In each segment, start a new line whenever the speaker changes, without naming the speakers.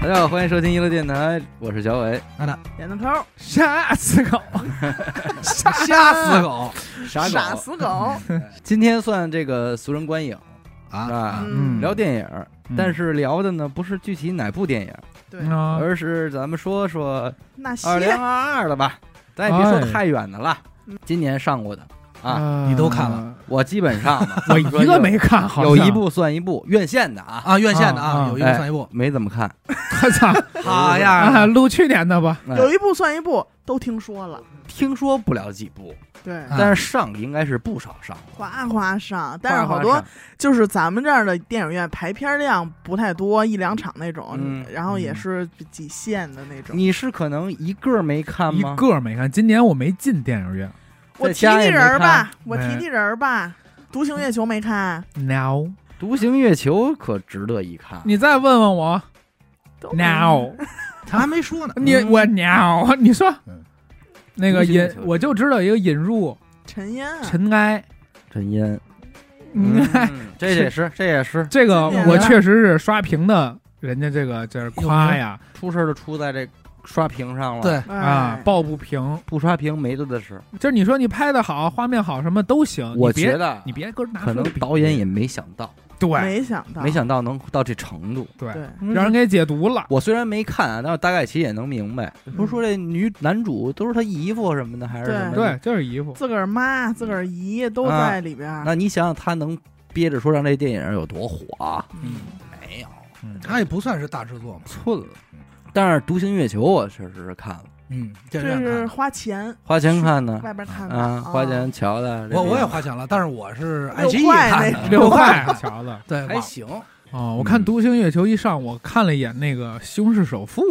大家好，欢迎收听一乐电台，我是小伟。
点子头，
吓死狗，吓死狗
傻
傻死狗，
今天算这个俗人观影
啊！
啊，
嗯，
聊电影儿，
嗯
但是聊的呢不是具体哪部电影，
对，
啊，
而是咱们说说
那些
二零二二的吧，咱也别说
哎
太远的了
嗯，
今年上过的啊，
啊
你都看了？
我基本上吧
我一个 没看，好像
有一部算一部，院线的啊，
啊，院线的
啊
啊，
啊
有一部算一部，
没怎么看。
我操
好
啊！
呀，
录去年的吧，
哎
有一部算一部，都听说了，
听说不了几部，
对，
啊
但是上应该是不少上，
哗哗上，但是
哗
好
哗
多
上
就是咱们这儿的电影院排片量不太多，一两场那种
嗯，
然后也
嗯
是几线的那种。
你是可能一个没看
一
吗？
个没看。今年我没进电影院
我
在
提
家
提
也没
人儿吧
看，哎
我
没
提提人儿吧，《独行月球》没看，
，now，
独行月球》可值得一看。
你再问问我
都没看
，now，
他还没说呢。
你
嗯
我 now，你说
嗯
那个
不信
引
就，
我就知道一个引入
陈烟啊，
尘埃，
陈烟，
嗯，
这也是，这也是
这个
今年
我确实是刷屏的，人家这个就是夸呀
出事儿就出在这刷屏上了。，
对，
啊
哎，
抱不平。
不刷屏没了的事。
就是你说你拍的好，画面好，什么都行，
我
呃你别
觉得
你别跟拿
可能
出来比啊
导演也没想到，
对
没想到，
没想到能到这程度。
对
对，
嗯
让人给解读了。
我虽然没看啊，但是大概其实也能明白。不是说这女男主都是他姨夫什么的，还是
对
什么？
对，。就是衣 服。
自个儿妈、自个儿姨都
啊
在里边儿，
那你想想，他能憋着说让这电影有多火啊？
嗯，
没有，
嗯
他也不算是大制作嘛。
寸了。但是《独行月球》我确实是看了，
嗯，这
这
样
是
看的。
花钱
花钱看的
外边看的
啊，花钱瞧的。这
我我也
电影
花钱了，但是我是爱
六
奇艺
块
看
那
的，
六 块，啊瞧了
对，
还
网
行，
哦！我看
嗯
《独行月球》一上，我看了一眼那个《西红柿首富》，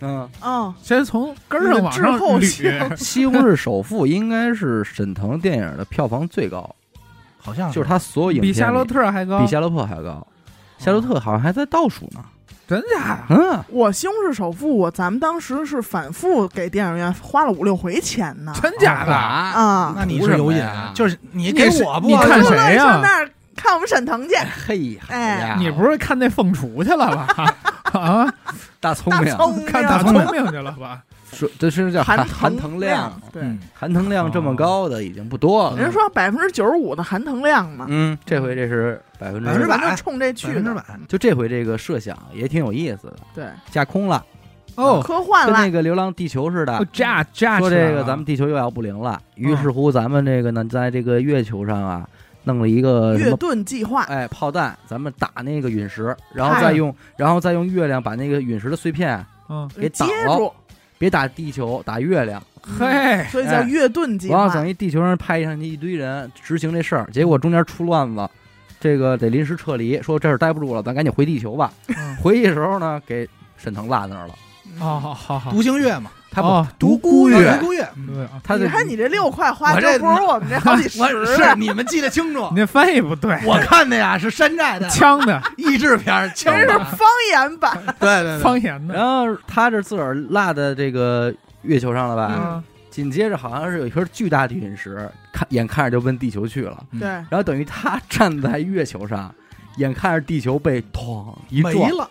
嗯，
哦，
先从根儿上往上
滞后
捋
性，
《 西红柿首富》应该是沈腾电影的票房最高，
好像
就是他所有影片
啊比
里
夏洛特还高哦
比，夏洛特还高，夏洛特好像还在倒数呢。
真假？
嗯，
我《西红柿首富》，我咱们当时是反复给电影院花了五六回钱呢。
真假的？
啊，
啊，
那你是有
图什么
瘾
呀，
就是你
你
给
是
我不
你看
不
谁
乐意
呀
上那儿看我们沈腾去，
哎嘿，好家伙
哎你不是看那凤雏去了 吧？啊，
大聪
大
明？
聪明，
看大聪明去了 吧？
说这是叫韩
韩
韩腾
亮
亮，，
对，
嗯
含腾量这
哦
么高的已经不多了。
人说百分之九十五的含腾量嘛，
嗯，这回这是百分
百分
之
之百
我就冲这
百
去
分之
的，
百。
就这回这个设想也挺有意思的，
对，
架空了，
哦，
科幻
跟那
了，
个《流浪地球》似的。
炸哦炸
啊说
起来
这个
了哦
咱们地球又要不灵了，于是乎咱们这个呢，在这个月球上啊，弄了一个什
月
么
盾计划，
哎，炮弹，咱们打那个陨石，然后
太
再
阳
用，然后再用月亮把那个陨石的碎片，
嗯，
给
接
挡了
住，嗯
别打地球，打月亮。
嘿，
所以
哎
叫月盾计
我要
划。
等一地球上派上去一堆人执行这事儿，结果中间出乱子，这个得临时撤离，说这儿待不住了，咱赶紧回地球吧。
嗯
回去的时候呢，给沈腾落那儿了。
嗯
哦，好好好，
独行月嘛，
他不，
哦
独
孤
孤月
独孤月。嗯
对啊，
他
你
的
看你这六块花
我
就
这
不如我们这好几十啊
我
了
是你们记得清楚
你，那翻译不对，
我看的呀是山寨 的
枪的
励志片儿，枪
真是
版，
方 言版，
对 对对，
方言的
然后他这自个儿落在这个月球上了吧？
啊，
紧接着好像是有一颗巨大的陨石，看眼看着就奔地球去了。
嗯
对，
然后等于他站在月球上，眼看着地球被咣一
没
撞
了，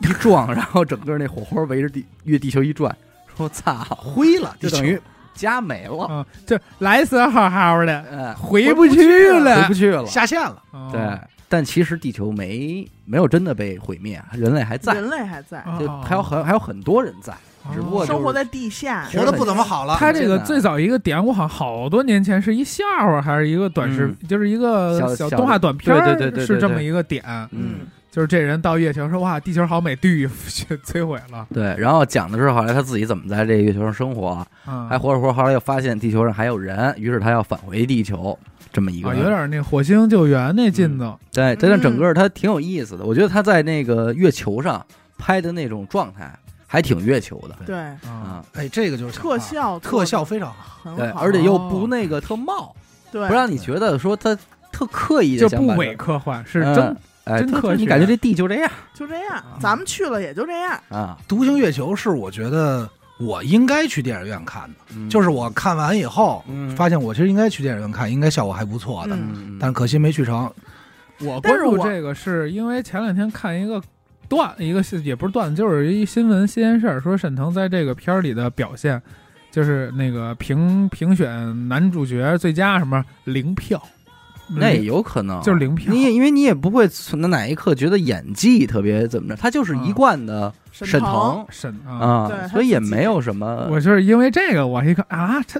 一撞，然后整个那火花围着地月地球一转，说操，
灰了，
就
地
等
球
于家没了，
嗯，这来时好好的，
哎，
回
不
不
去
去
哦回
了
不。去了。
下线了。
哦
对，但其实地球没没有真的被毁灭，啊人类还在，
人类还在，
哦
就还有很还有很多人在。只不过就
哦
是
生活在地下，嗯
其实
活得不怎么好了，
他这
真
个
的
最早一个点，我好像好多年前是一笑话，还是一个短视，就是一个
嗯小
小
小
动画短片儿，
对对对对对
是这么一个点。
嗯，，
就是这人到月球说：“哇，地球好美，地狱 摧毁了。
对。然后讲的是后来他自己怎么在这个月球上生活，啊
嗯”
还活着活着，后来又发现地球上还有人，于是他要返回地球，这么一个嗯
啊，有点那火星救援那劲头。
对，但是整
嗯
个它挺有意思的。我觉得他在那个月球上拍的那种状态，还挺月球的
对，
啊，
啊。
哎，这个就是
特
想法
效
特
特
效非常好，
很
嗯
对，
好，
而且又不那个特冒，
对
不让你觉得说他特刻意
就
的想
不
把
伪
这，
科幻，是
嗯
真
哎，
真
特
科
你
学
感觉这地就这样
就这
嗯
样，咱们去了也就这样，
啊，
《独行月球》是我觉得我应该去电影院看的，就是我看完以后
嗯
发现我其实应该去电影院看，应该效果还不错的，
嗯
嗯，
但是可惜没去成。
我
但
关
是
注
我
这个是因为前两天看一个段一个新也不是段子，就是一新闻新鲜事儿，说沈腾在这个片儿里的表现，就是那个评评选男主角最佳什么零票，
那也
零
有可能，
就是零票，
你也因为你也不会从哪一刻觉得演技特别怎么着，他就是
嗯
一贯的沈腾
沈啊。
对
啊，
他
所以也
自己
没有什么。
我就是因为这个，我一看啊，这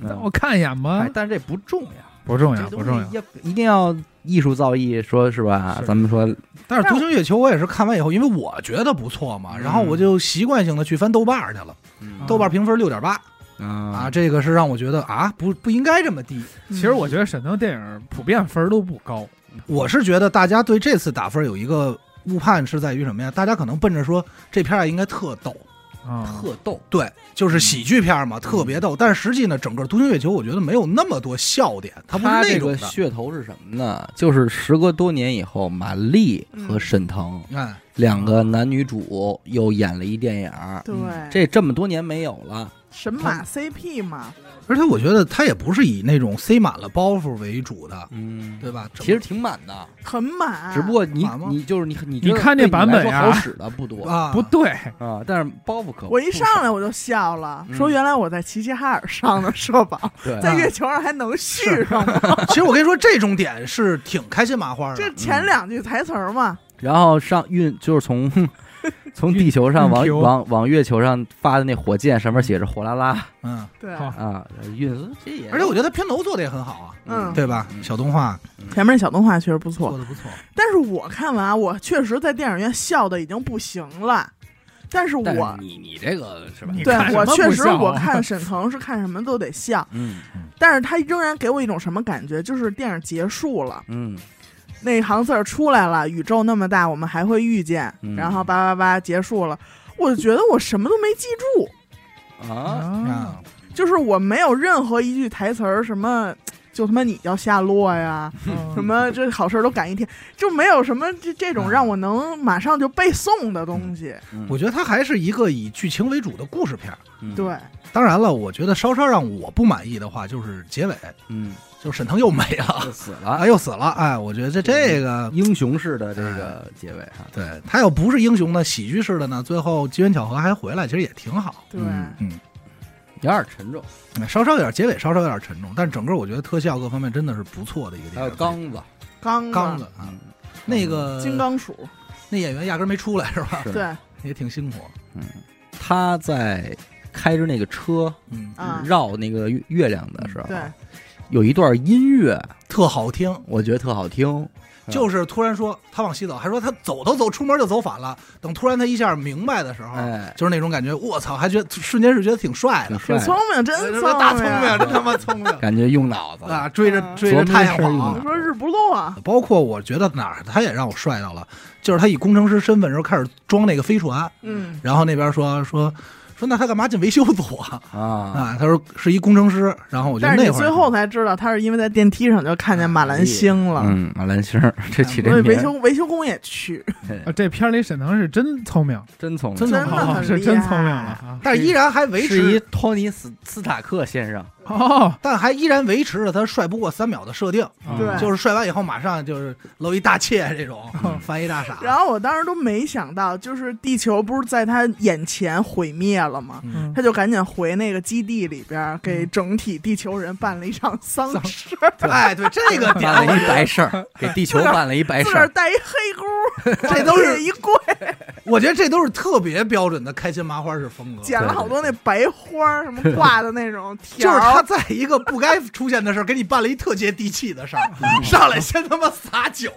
嗯
我看一眼吧
哎，，但是这不重要，
不重要，
这
哎不
东
重要
西。一一定要艺术造诣，说是吧？
是
咱们说
但是《独行月球》我也是看完以后，因为我觉得不错嘛，然后我就习惯性的去翻豆瓣儿去了，
嗯
豆瓣评分六点八
嗯
啊，
啊，
这个是让我觉得啊，不不应该这么低。
其
嗯
实我觉得沈腾电影普遍分儿都不高，
我是觉得大家对这次打分有一个误判是在于什么呀？大家可能奔着说这片儿应该特逗，
啊，
特逗，
对，就是喜剧片儿嘛，特别逗。但是实际呢，整个《独行月球》我觉得没有那么多笑点，它不是
他
那
这
种
个
的。
噱头是什么呢？就是时隔多年以后，马丽和沈
嗯
腾
哎，
两个男女主又演了一电影儿，
对
嗯
这这么多年没有了。
神马 CP 嘛，
而且我觉得它也不是以那种塞满了包袱为主的，
嗯
对吧？整
其实挺满的，
很满，
只不过你
满吗
你就是你你
啊你
觉得
看这
对你
版
来
本
说
呀
好使的不多
啊，
不对，
啊，但是包袱可
我一
不
上
少
来我就笑了，
嗯啊
说原来我在齐齐哈尔上的社 保，
对
在月球上还能续上吗？
其实我跟你说，这种点是挺开心麻花的。
这
嗯
前两句台词儿嘛，
然后上运就是从从地球上往
运球
往往月球上发的那火箭，上面写着“火拉拉
嗯，
对，
好”
啊，运这也
而且我觉得片头做的也很好啊，
嗯
对吧？小动画
前面那小动画确实不错
做，的不错，
但是我看完啊我确实在电影院笑的已经不行了，但是
但是
我。
你你这个是吧？
你
对
看什
我
么
确
不
实，
笑啊
我看沈腾是看什么都得笑，
嗯
但是他仍然给我一种什么感觉？就是电影结束了，
嗯
那行字儿出来了，宇宙那么大，我们还会遇见，
嗯
然后叭叭叭结束了，我就觉得我什么都没记住，
啊，
啊
啊，
就是我没有任何一句台词儿什么。就他妈你叫夏洛呀，什
什
么这好事儿都赶一天，就没有什么这这种让我能马上就背诵的东西。
我觉得它还是一个以剧情为主的故事片儿。
嗯，
对，
当然了，我觉得稍稍让我不满意的话，就是结尾，
嗯，
就是沈腾又没了，
就死
啊，
了，
又死了，哎，我觉得这这个，
英雄式的这个结尾啊哈，
对他要不是英雄呢，喜剧式的呢，最后机缘巧合还回来，其实也挺好。
对，
嗯
嗯，
有点沉重，
哎稍稍有点结尾，稍稍有点沉重，但整个我觉得特效各方面真的是不错的一个
还有
电影。
刚子，
刚啊
刚子啊，
嗯，
那个
金刚鼠，
那演员压根儿没出来是吧？
是
对，
也挺辛苦。
他在开着那个车
嗯，
啊，
绕那个月月亮的时候，
对，
有一段音乐，
特好听。
我觉得特好听，嗯
就是突然说他往西走，还说他走都走出门就走反了。等突然他一下明白的时候，
哎，
就是那种感觉，我操，还觉得瞬间是觉得挺帅
挺
的，
帅嗯的，
挺聪明，真
哎
聪
这
明，
大聪明，
呀
真他妈聪明
感觉用脑子
啊！追着
啊
追着太阳
琢磨
你
这事儿
网，
说日不落，啊
包括我觉得哪儿他也让我帅到了，就是他以工程师身份时候开始装那个飞船，
嗯，
然后那边说说说那他干嘛进维修组 啊？
啊，
啊，他说是一工程师，然后我觉
但
得
是
那会
你
儿
最后才知道，他是因为在电梯上就看见马兰星了，
嗯，马兰星儿，这起
所
这
以维
名
修维修工也 去，
啊这片儿里沈腾是真聪明，
真聪明
真，
真
的
的
好
哦
很
是
厉
真聪明了
害。
啊！
但是依然还维
是一
持，
托尼斯斯塔克先生，
哦，
但还依然维持着他帅不过三秒的设定，
嗯
啊
对
就是帅完以后马上就是搂一大切这种
嗯，
翻一大傻。
然后我当时都没想到，就是地球不是在他眼前毁灭了吗？
嗯
他就赶紧回那个基地里边儿，给整体地球人办了一场丧
丧
事，
哎，对这 个点
办了
我
一白事儿，给地球办了一白
自
事
个儿
儿，
带一黑箍儿，
哎 这都
往
是哦
地下一跪，
我觉得这都是特别标准的开心麻花式风格，
捡了好多那白花儿，什么挂的那 种
就
条
是
儿，
他在一个不该出现的事儿，给你办了一特接地气的事 儿，上来先他妈撒酒，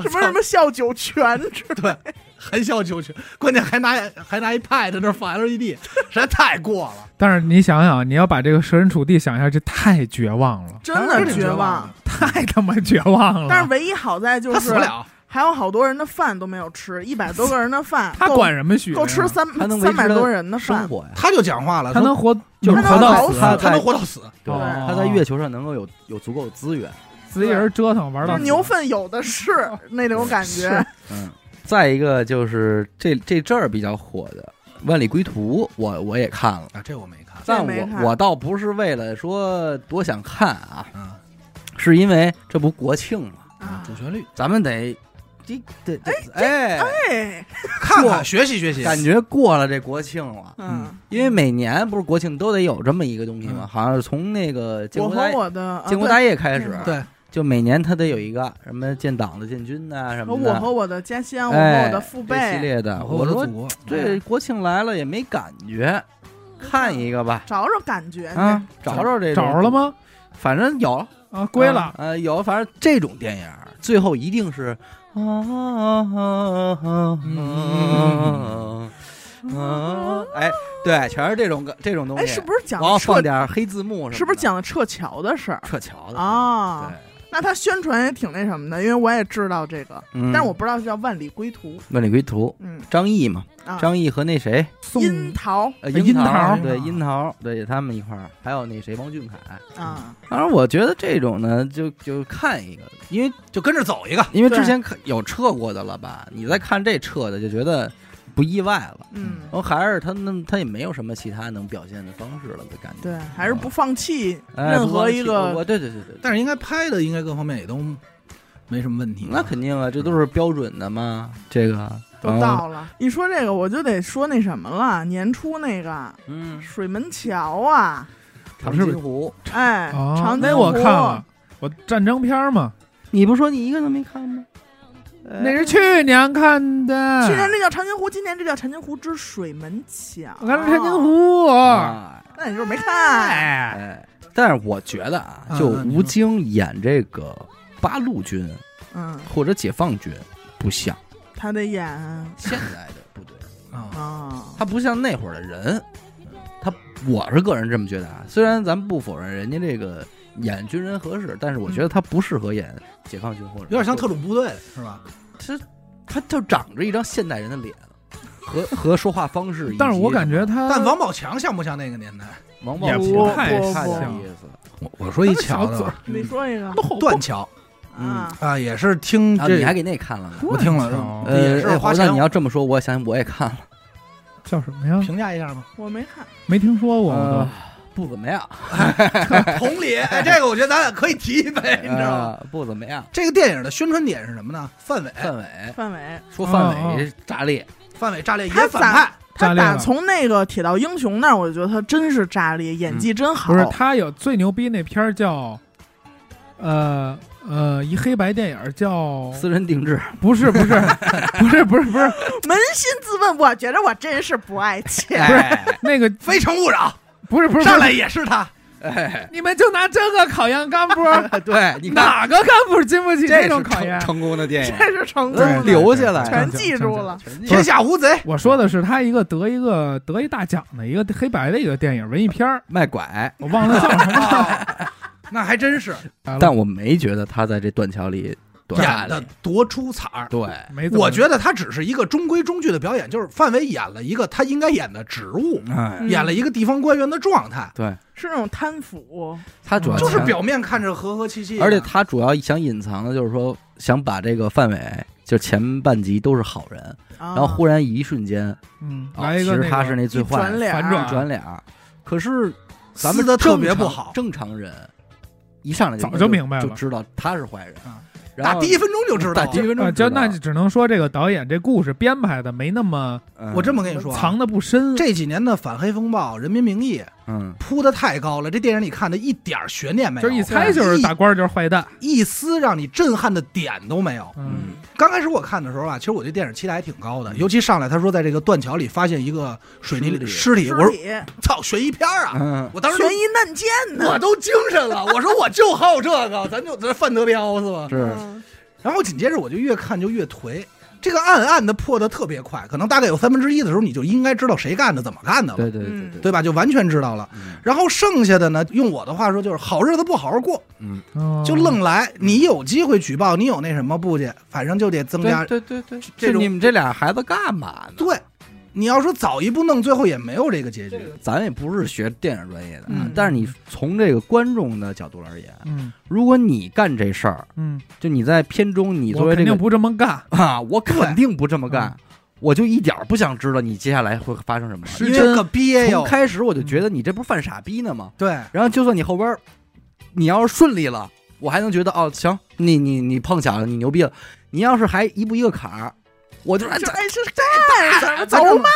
什么什么笑九泉之
对，含笑九泉，关键还拿还拿一 pad 在那儿放 LED，实在太过了，
但是你想想，你要把这个设身处地想一下，这太绝望了，
真
当
的
然是
绝
绝
望。
了，
太他妈绝望了。
但是唯一好在就
他死
是
不了，
还有好多人的饭都没有吃，一百多个人的饭，
他
够
管什么血呀？
够吃三
他能维
三
持他
百多人的
生
饭，
活呀，
他就讲话了，
他能
说呃啊
活就是
他
活到
能
死，
他
他能活到死，
对，
哦
他在月球上能够有有足够的资源，
自己人折腾玩
就
到
是
死
牛粪有 的是那种感觉
是。
嗯，再一个就是这这阵儿比较火的《万里归途》，我我也看了。
啊，这我没看，
但
这没看
我我倒不是为了说多想看啊，
嗯，
是因为这不国庆嘛，
啊
主旋律，
咱们得这这这哎
哎，
看看学习学习，
感觉过了这国庆了，
嗯，
因为每年不是国庆都得有这么一个东西吗？好像是从那个建
我
国大
和
业
我的
嗯
啊
建国大业开始
嗯，
对，
就每年它得有一个什么建党的、建军的啊什
和
么
我
的，
和我的家乡，我和
哎，
我的父
这系
辈，
列的。
我
我
的
说
祖国，
这国庆来了也没感觉，看一个吧，
找找感觉去。
啊，找找这种
嗯找着了？吗？
反正有
啊，归了。
啊呃，有，反正这种电影儿最后一定是啊啊啊啊啊！哎，对，全是这种个这种东
哎，
西，
是不是讲
然后
撤
放？点黑字幕什么的，
是不是讲的撤侨的事儿
撤侨的？
啊？
对，
那他宣传也挺那什么的，因为我也知道这个，但是我不知道叫万里归途。
万里归途，
嗯
张译嘛，
啊，
张译和那谁，
宋
樱桃
呃，
呃
樱
樱桃
对，樱桃，对，他们一块儿，还有那谁，王俊凯。
啊，
反正我觉得这种呢，就就看一个，因为
就跟着走一个。
因为
对
之前看有撤过的了吧，你再看这撤的，就觉得不意外了。
嗯，
然后哦还是他那他也没有什么其他能表现的方式了的感觉。
啊
啊
对，还是不放弃
哎，
任
不
何
光
一
气
个
我对对对对，
但是应该拍的应该各方面也都没什么问题吧。
那肯定啊，这都是标准的嘛，这个
都到
嗯
了。一说这个，我就得说那什么了，年初那个
嗯，
水门桥啊，
长津湖，
哎，
啊
长，津
那
湖
我看了，我战争片儿嘛，
你不说你一个都没看吗？
那是去年看的。
去年这叫长津湖，今年这叫长津湖之水门桥。
哎我看了《长津，湖》
哦
哎
那你就是没看。
哎，
哎，但是我觉得啊，
嗯
就
嗯你
吴
说
京演这个八路军
嗯，
或者解放军不像
他得演
现在的部队，
啊，
啊，
他不像那会儿的人，他我是个人这么觉得啊。虽然咱不否认人家这个演军人合适，但是我觉得他不适合演解放军或者
有点像特种部队是吧？
他他就长着一张现代人的脸和 和说话方式以及什么，
但是我感觉他，
但王宝强像不像那个年代？
王
也
宝
不
强
太
太有
像
意思了
我我说一桥
他的小嘴儿
的
你说一
哦
个
断桥
嗯
啊，
啊，也是听
啊！
这
你还给那看了呢？
我听了
断桥
嗯也
呃，
是
哎
花
那
钱
你。要这么说，我想我也看了，
叫什么呀？
评价一下吧，
我没看，
没听说过，我
呃
都
不怎么样，
同 理，哎，这个我觉得咱俩可以提一
哎
杯，你知道
啊
吗？
呃不怎么样。
这个电影的宣传点是什么呢？范伟，
范伟
范伟。
说范伟炸裂，
范伟炸裂也
他
反
咋
派，
他
炸裂
打
了
从那个《铁道英雄》那儿，我就觉得他真是炸裂，演技真好。
嗯不是他有最牛逼那片儿叫，呃呃，一黑白电影儿叫，
私人定制，
不是不是 不是不是不是
扪心自问，我觉得我真是不爱钱。
哎
那个
《非诚勿扰
不是不》是
上
不
来
是，
也是他，
哎，
你们就拿这个考验干部，
对， 你看
哪个干部经不起
这
种
是
考验
成？成功的 电影，
这是成功
哎对
的，
留下来
全记住了。
天下无贼。
我说的是他一个得一个得一大奖的一个黑白的一个电影文艺片儿，
卖拐，
我忘了叫什么了。
那还真是
嗯
但我没觉得他在这断桥里多炸
演
裂
的多出彩儿。
对，
没怎么，
我觉得他只是一个中规中矩的表演，就是范伟演了一个他应该演的职务，
哎，
嗯
演了一个地方官员的状态，
对
是那种贪腐，
他主要
就是
想，
表啊面看着和和气气的，
而且他主要想隐藏的就是说，想把这个范伟。就前半集都是好人，
然
然后忽然一瞬间，
嗯，
啊
来一
其
个、
实
那个，
他是那最坏
转
的，
脸
反转
转脸儿。可是咱
撕
们
的特
正
别不
常
好，
正常人一上来
早就明白了
就知道他是坏人
啊，
然
打
后
第一分钟就知道
打
了
第一。分钟
啊，
知
就
道
那就只能说这个导演这故事编排的没那么
嗯
我这么跟你说啊，
藏的不深，
这几年的反黑风暴、人民名义
嗯，
铺的太高了，这电影你看的一点儿悬念没有，
就是一猜就是
一
打官儿就是坏蛋。
一丝让你震撼的点都没有。
嗯，
刚开始我看的时候啊，其实我对电影期待还挺高的，尤其上来他说在这个断桥里发现一个水泥里尸体，
尸
哎我说
体
操，悬疑片儿啊！
嗯
我当时都
悬疑难见
我
呢。
都精神 了，我说我就好这个，咱就咱范德彪是吧？
是
嗯
然后紧接着我就越看就越颓，这个暗暗的破的特别快，可能大概有三分之一的时候你就应该知道谁干的、怎么干的了，
对对对对
对吧？就完全知道了。
嗯
然后剩下的呢，用我的话说就是好日子不好好过，
嗯，
哦
就愣来。你有机会举报，你有那什么不去，反正就得增加。
对对对，
这
就
种
你们这俩孩子干嘛呢？
对，你要说早一步弄，最后也没有这个结局。
咱也不是学电影专业的啊，
嗯
但是你从这个观众的角度而言，
嗯
如果你干这事儿，
嗯，
就你在片中，你作
我
为这
肯定
个
不这么干，
啊，我肯定不这么干
嗯，
我就一点儿不想知道你接下来会发生什么。
是
因
你
为
这个憋
从
哟，
开始我就觉得你这不是犯傻逼呢吗？
对，
然后就算你后边儿，你要是顺利了，我还能觉得哦，行，你你你碰巧了，你牛逼了。你要是还一步一个坎儿，我就说哎
这
这
哎是这
咱
走
这
嘛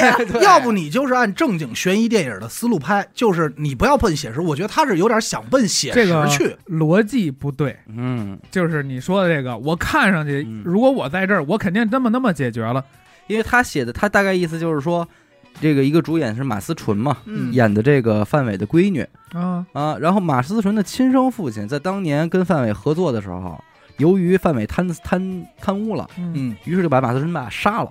呀？
哎对
要不你就是按正经悬疑电影的思路拍，就是你不要奔写实，我觉得他是有点想奔写
这个
实去。
逻辑不对，
嗯，
就是你说的这个，我看上去
嗯，
如果我在这儿，我肯定这么那么解决了。
因为他写的他大概意思就是说，这个一个主演是马思纯嘛，
嗯
演的这个范伟的闺女
啊，
啊，然后马思纯的亲生父亲在当年跟范伟合作的时候，由于范伟贪贪贪污了，
嗯
嗯，
于是就把马思纯把他杀了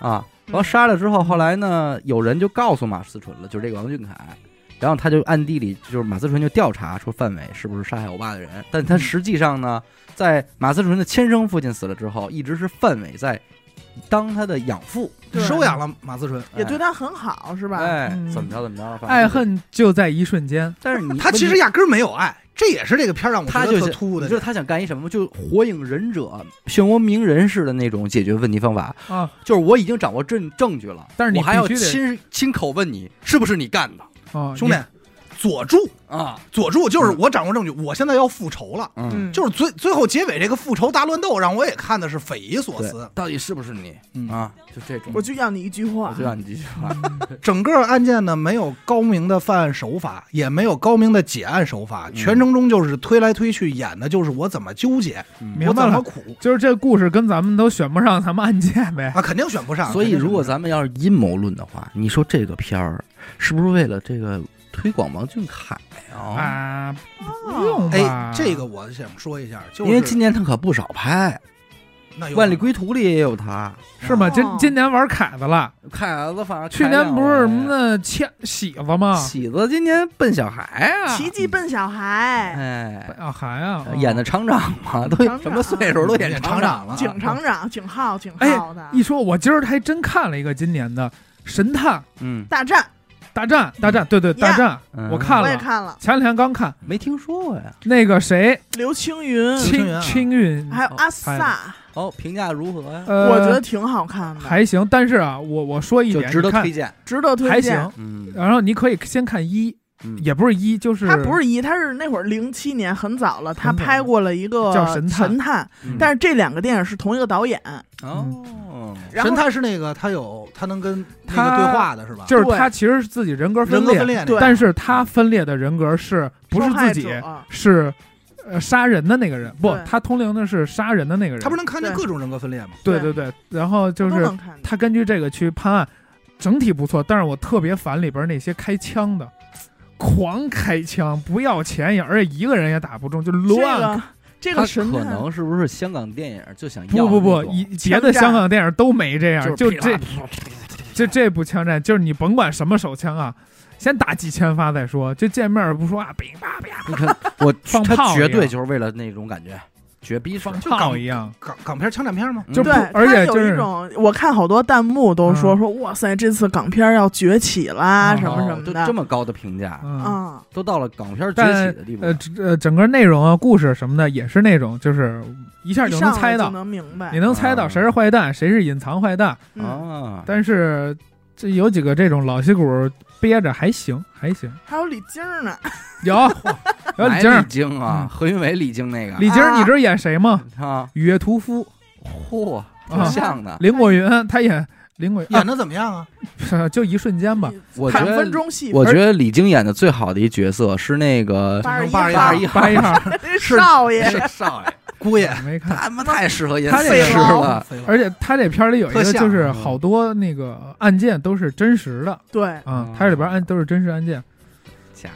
啊，然后杀了之后，后来呢，有人就告诉马思纯了，就是这个王俊凯。然后他就暗地里，就是马思纯就调查说范伟是不是杀害我爸的人，但他实际上呢，在马思纯的亲生父亲死了之后，一直是范伟在当他的养父，
对
嗯收养了马思纯，
也对他很好是吧？
哎，
嗯
怎么着怎么着，反正
爱。恨就在一瞬间。
但是你
他其实压根儿没有爱，这也是这个片儿让我觉
他
得
就
特
是
突兀
你
的
知道
地
他想干一什么吗？就是火影忍者、漩涡鸣人式的那种解决问题方法，
啊，
就是我已经掌握证证据了，
但是你
我还要
必须得
亲亲口问你是不是你干的
哦，
方。兄弟，佐助，
啊？
佐助就是我掌握证据，我现在要复仇了。
嗯，
嗯，
就是最最后结尾这个复仇大乱斗，让我也看的是匪夷所
对
思，。
到底是不是你
嗯
啊？就这种，
我就要你一句
我
话
就，让你继续吧。
整个案件呢，没有高明的犯案手法，也没有高明的解案手法，
嗯
全程中就是推来推去，演的就是我怎么纠结，
嗯
明
我
白
怎
了
么苦
就是这故事跟咱们都选不上咱们案件呗。
啊，肯定选不上。
所以，
肯定选不上
如果咱们要是阴谋论的话，你说这个片儿是不是为了这个推广王俊凯啊？
啊，不
哦
用吧
哎，这个我想说一下，就
因为今
是
年他可不少拍，
那啊
《
有
万里归途》里也有他。
是吗？
哦
今今年玩凯子了，
凯子反正
去年不是什么的啊切喜子吗？
喜子今年奔小孩啊，
奇迹奔小孩，
哎，
啊，还啊，哦
演的厂长嘛，都
厂长
什么岁数都演
演
厂
厂
长
长了，
警厂长，警号，警
哎
号的
一说，我今儿还真看了一个今年的《神探
嗯，
大战，
大战》，大战，对对，
Yeah
大战，
嗯
我看
我也
了，
看了，
前两天刚看
没听说过呀。
那个谁，
刘青云，
青云
青
啊
青云，
还有阿萨，
哦，评价如何呀？
呃，
我觉得挺好看的，
还行，但是啊，我我说一
就
点，
值得
你看
推荐。
值得推
还
荐
行。。
嗯
然后你可以先看一，
嗯
也不是一，就是
他不是一，他是那会儿零七年很早了，他
很早
拍过了一个
叫神探
神探，
嗯
但是这两个电影是同一个导演，
哦，
然
神
后
探是那个他有他能跟那
他
个对话的是吧？
就是
对
他其实是自己人格
人
分
格
裂
分，裂那
对
个，
但是他分裂的人格是不是
受害
自己，
者啊
是呃杀人的那个人，不
对，
他通灵的是杀人的那个人，
他不是能看见
对
各种人格分裂吗？
对对对，然后就
都
是
能看见
他根据这个去判案，整体不错，但是我特别烦里边那些开枪的。狂开枪，不要钱也，而且一个人也打不中，就乱
这个这
他
个神
可
探
能是不是香港电影就想要
不不不
那，种
一别的香港电影都没这样，
就
就是这 就这步枪战，就是你甭管什么手枪啊，先打几千发再说。就见面不说话，啊乒啪啪，
你看我
放
他
炮一
绝
样
对就是为了那种感觉，绝逼爽
放。
就港
炮一样。
港港片枪战片吗？
嗯
就
对
不， 而
他
且
有
就
一
是
种，我看好多弹幕都说
嗯
说，哇塞，这次港片要崛起啦，
哦
什么什
哦
么
都
的
这，么高的评价，
嗯，
嗯，
都到了港片崛
但
起的地步
呃
了。
整呃，整个内容啊、故事什么的也是那种，就是一下
一
就
上
能
来
猜
就
到，
能明
你
白，
能猜到谁是坏蛋，谁是隐藏坏蛋。
嗯，
啊，
但是这有几个这种老戏骨憋着还行，还行，
还有李菁呢，
有有
哪
李菁
李
儿，
菁啊，
嗯
何云伟李菁那个
李菁儿，
啊
你知道演谁吗？
啊，
雨夜屠夫，
嚯，挺
啊
像的。
林过云，他演林过云，
演的怎么样啊？
啊 就一瞬间吧。
我觉
砍
得
分钟戏，
我觉得李菁演的最好的一角色是那个
八十
八十
一
一
号
十一
八一号
是
少爷，
是 少爷，
姑爷，
没 看，
他妈太适合演
他 这
废
个
尸了。啊
废了
而且他这片儿里有一
特
个，
像
就是好多那个案件都是真实的
对，
啊
嗯，
它这里边案都是真实案件。
假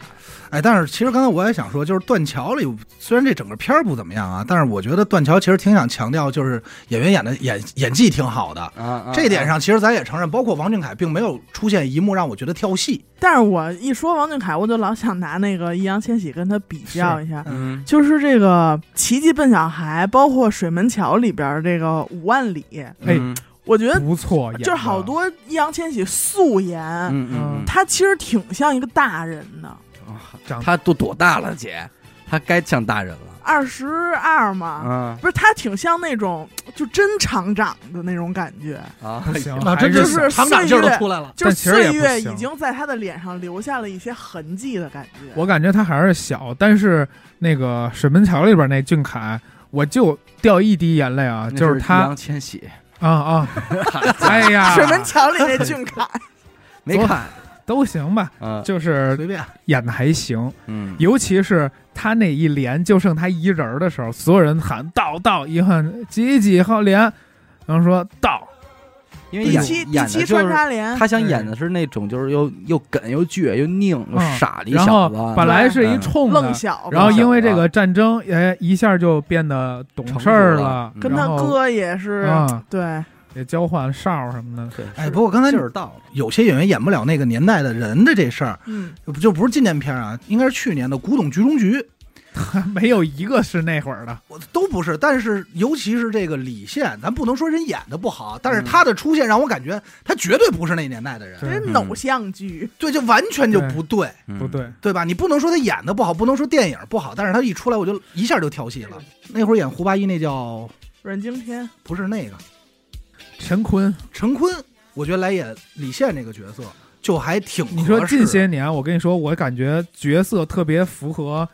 哎，但是其实刚才我也想说，就是断桥里，虽然这整个片儿不怎么样啊，但是我觉得断桥其实挺想强调，就是演员演的演演技挺好的。
啊啊，
这点
啊
上，其实咱也承认，包括王俊凯并没有出现一幕让我觉得跳戏。
但是我一说王俊凯，我就老想拿那个易烊千玺跟他比较一下。
嗯
就是这个《奇迹笨小孩》，包括《水门桥》里边儿这个五万里，
哎
嗯
我觉得
不错，演得
就是好多易烊千玺素颜，
嗯嗯
他其实挺像一个大人的，
嗯，
长
他都多大了，姐？他该像大人了。
二十二嘛，
嗯
啊
不是他挺像那种就真厂长的那种感觉，
啊，
不行，
那
还
真
就是是
厂长
岁
劲儿都
月
出来了。
就是
其实也
岁月
不行
已经在他的脸上留下了一些痕 迹的感觉。
我感觉他还是小，但是那个《水门桥》里边那俊凯，我就掉一滴眼泪啊，
那
就是
易
他
烊千玺，
啊 啊，哎呀，
水门桥里那俊 凯，
没看，
都行吧，
嗯
就是
随便，
演的还行，
嗯，
尤其是他那一连就剩他一人儿的时候，所有人喊到到，一喊几几号连，然后说到，
因为
第
演
七第
演
七
的就
穿
是
插连，
他想演的是那种就是又又梗又倔又拧又
嗯
傻的一
然
小
后
子，
本来是一
嗯
冲的
愣，小吧，啊
然后因为这个战争，哎，一下就变得懂事儿了，
成熟嗯
跟他
然后
哥也是
啊
对，
也交换哨什么的，
对，
哎，
是
不过刚才
劲儿到了，
有些演员演不了那个年代的人的这事儿，
嗯，
不就不是今年片儿啊，应该是去年的《古董局中局》，
没有一个是那会儿的。
我都不是。但是尤其是这个李现，咱不能说人演的不好，但是
嗯
他的出现让我感觉他绝对不是那年代的人，
对嗯
这是偶像剧，
对，就完全就不对，
嗯
不，对，
对吧？你不能说他演的不好，不能说电影不好，但是他一出来我就一下就跳戏了。那会儿演胡八一那叫
阮经天
不是那个
陈坤，
陈坤，我觉得来演李现这个角色就还挺
你说
合适
近些年，我跟你说，我感觉角色特别符合，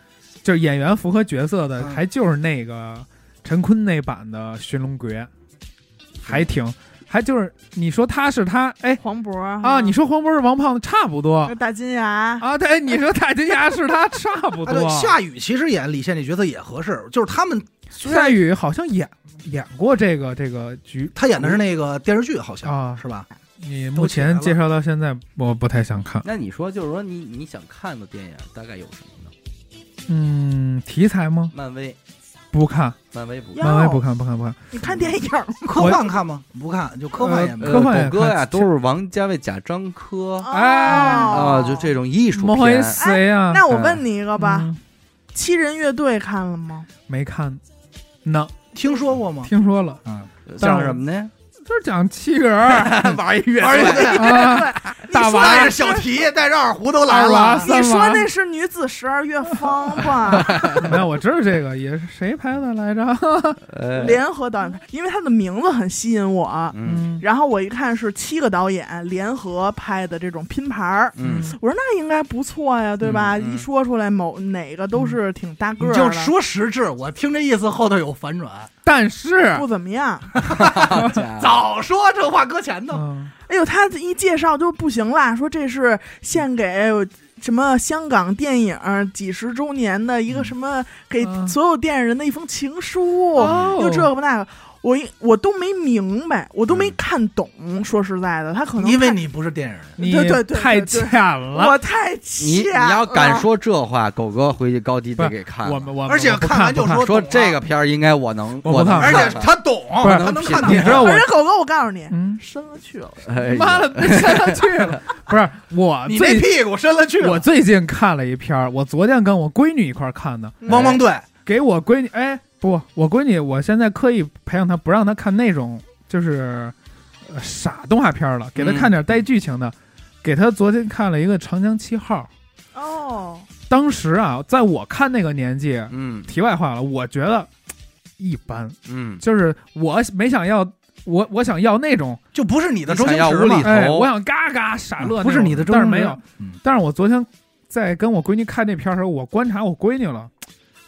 就是演员符合角色的，
嗯
还就是那个陈坤那版的《寻龙诀》，还挺，还就是你说他是他，哎
黄渤
啊，你说黄渤是王胖子差不多
说大金牙，
啊，对，你说大金牙是他差不
哎，对
多，，啊
夏雨其实演李现这角色也合适，就是他们虽然
夏雨好像演演过这个这个局
他演的是那个电视剧，好像、
啊，
是吧？
你目前介绍到现在，我不太想看，
那你说就是说你你想看的电影大概有什么呢？
嗯，题材吗？
漫威，
不看，
漫威不
呀
漫威不看，不看，不看。
你看电影
科幻看吗？不看，就科幻也没
呃
有。
科幻也
狗哥
看
呀，
其
都
实
是王家卫、贾樟柯
啊
啊，就这种艺术
不好意
片。
思呀，
那我问你一个吧，
嗯
七人乐队看了吗？
没看呢，
听说过 吗？
听说了，
嗯，
像什么呢？
就是讲七个人儿
玩一乐
而且
啊，大娃
带着小提，带着二胡都来
二娃
了。
你
三
说
娃
那是女子十二乐坊吧？
没有，我知道这个也是谁拍的来着？
呃，
联合导演拍，因为它的名字很吸引我。
嗯
嗯
然后我一看是七个导演联合拍的这种拼盘儿，
嗯，
我说那应该不错呀，对吧？
嗯嗯
一说出来某哪个都是挺大个
你
儿的，
就说实质，我听这意思后头有反转。
但是，
不怎么样。
好家伙，
早说这话搁前头，
嗯，
哎呦，他一介绍就不行啦，说这是献给什么香港电影几十周年的一个什么给
嗯
所有电影人的一封情书，
哦
又这个不那个，我一我都没明白，我都没
嗯
看懂。说实在的，他可能
因为
太
你不是电影人。
你
对对对对
太
对
浅了，
我太
你
气
你要敢说这话，狗哥回去高低得给看了。
我们我们
而且
我啊不
看完就
不看
说
说这个片儿应该我能，
我不
能
看
而且
看
他懂，
不是
他能看
能
懂。
你知道我
而且狗哥，我告诉你，
嗯，
深了去了。
哎呀
妈了，别看上去了， 不是我
你那
啊最
屁股伸了去了
我最近看了一篇儿，我昨天跟我闺女一块儿看的，
汪汪队，
给我闺女，哎，不，我闺女，我现在刻意培养她，不让她看那种就是、呃傻动画片了，给她看点带剧情的。给她昨天看了一个《长江七号
哦，》，
当时啊，在我看那个年纪，
嗯
题外话了，我觉得嘖一般，
嗯，
就是我没想要，我我想要那种，
就不是你的
你
周
想
星
要
驰
无厘
嘛
头
哎，我想嘎嘎傻乐那种，
嗯不是你的周
但
星
是
驰
没有
嗯，
但是我昨天在跟我闺女看那片儿的时候，我观察我闺女了，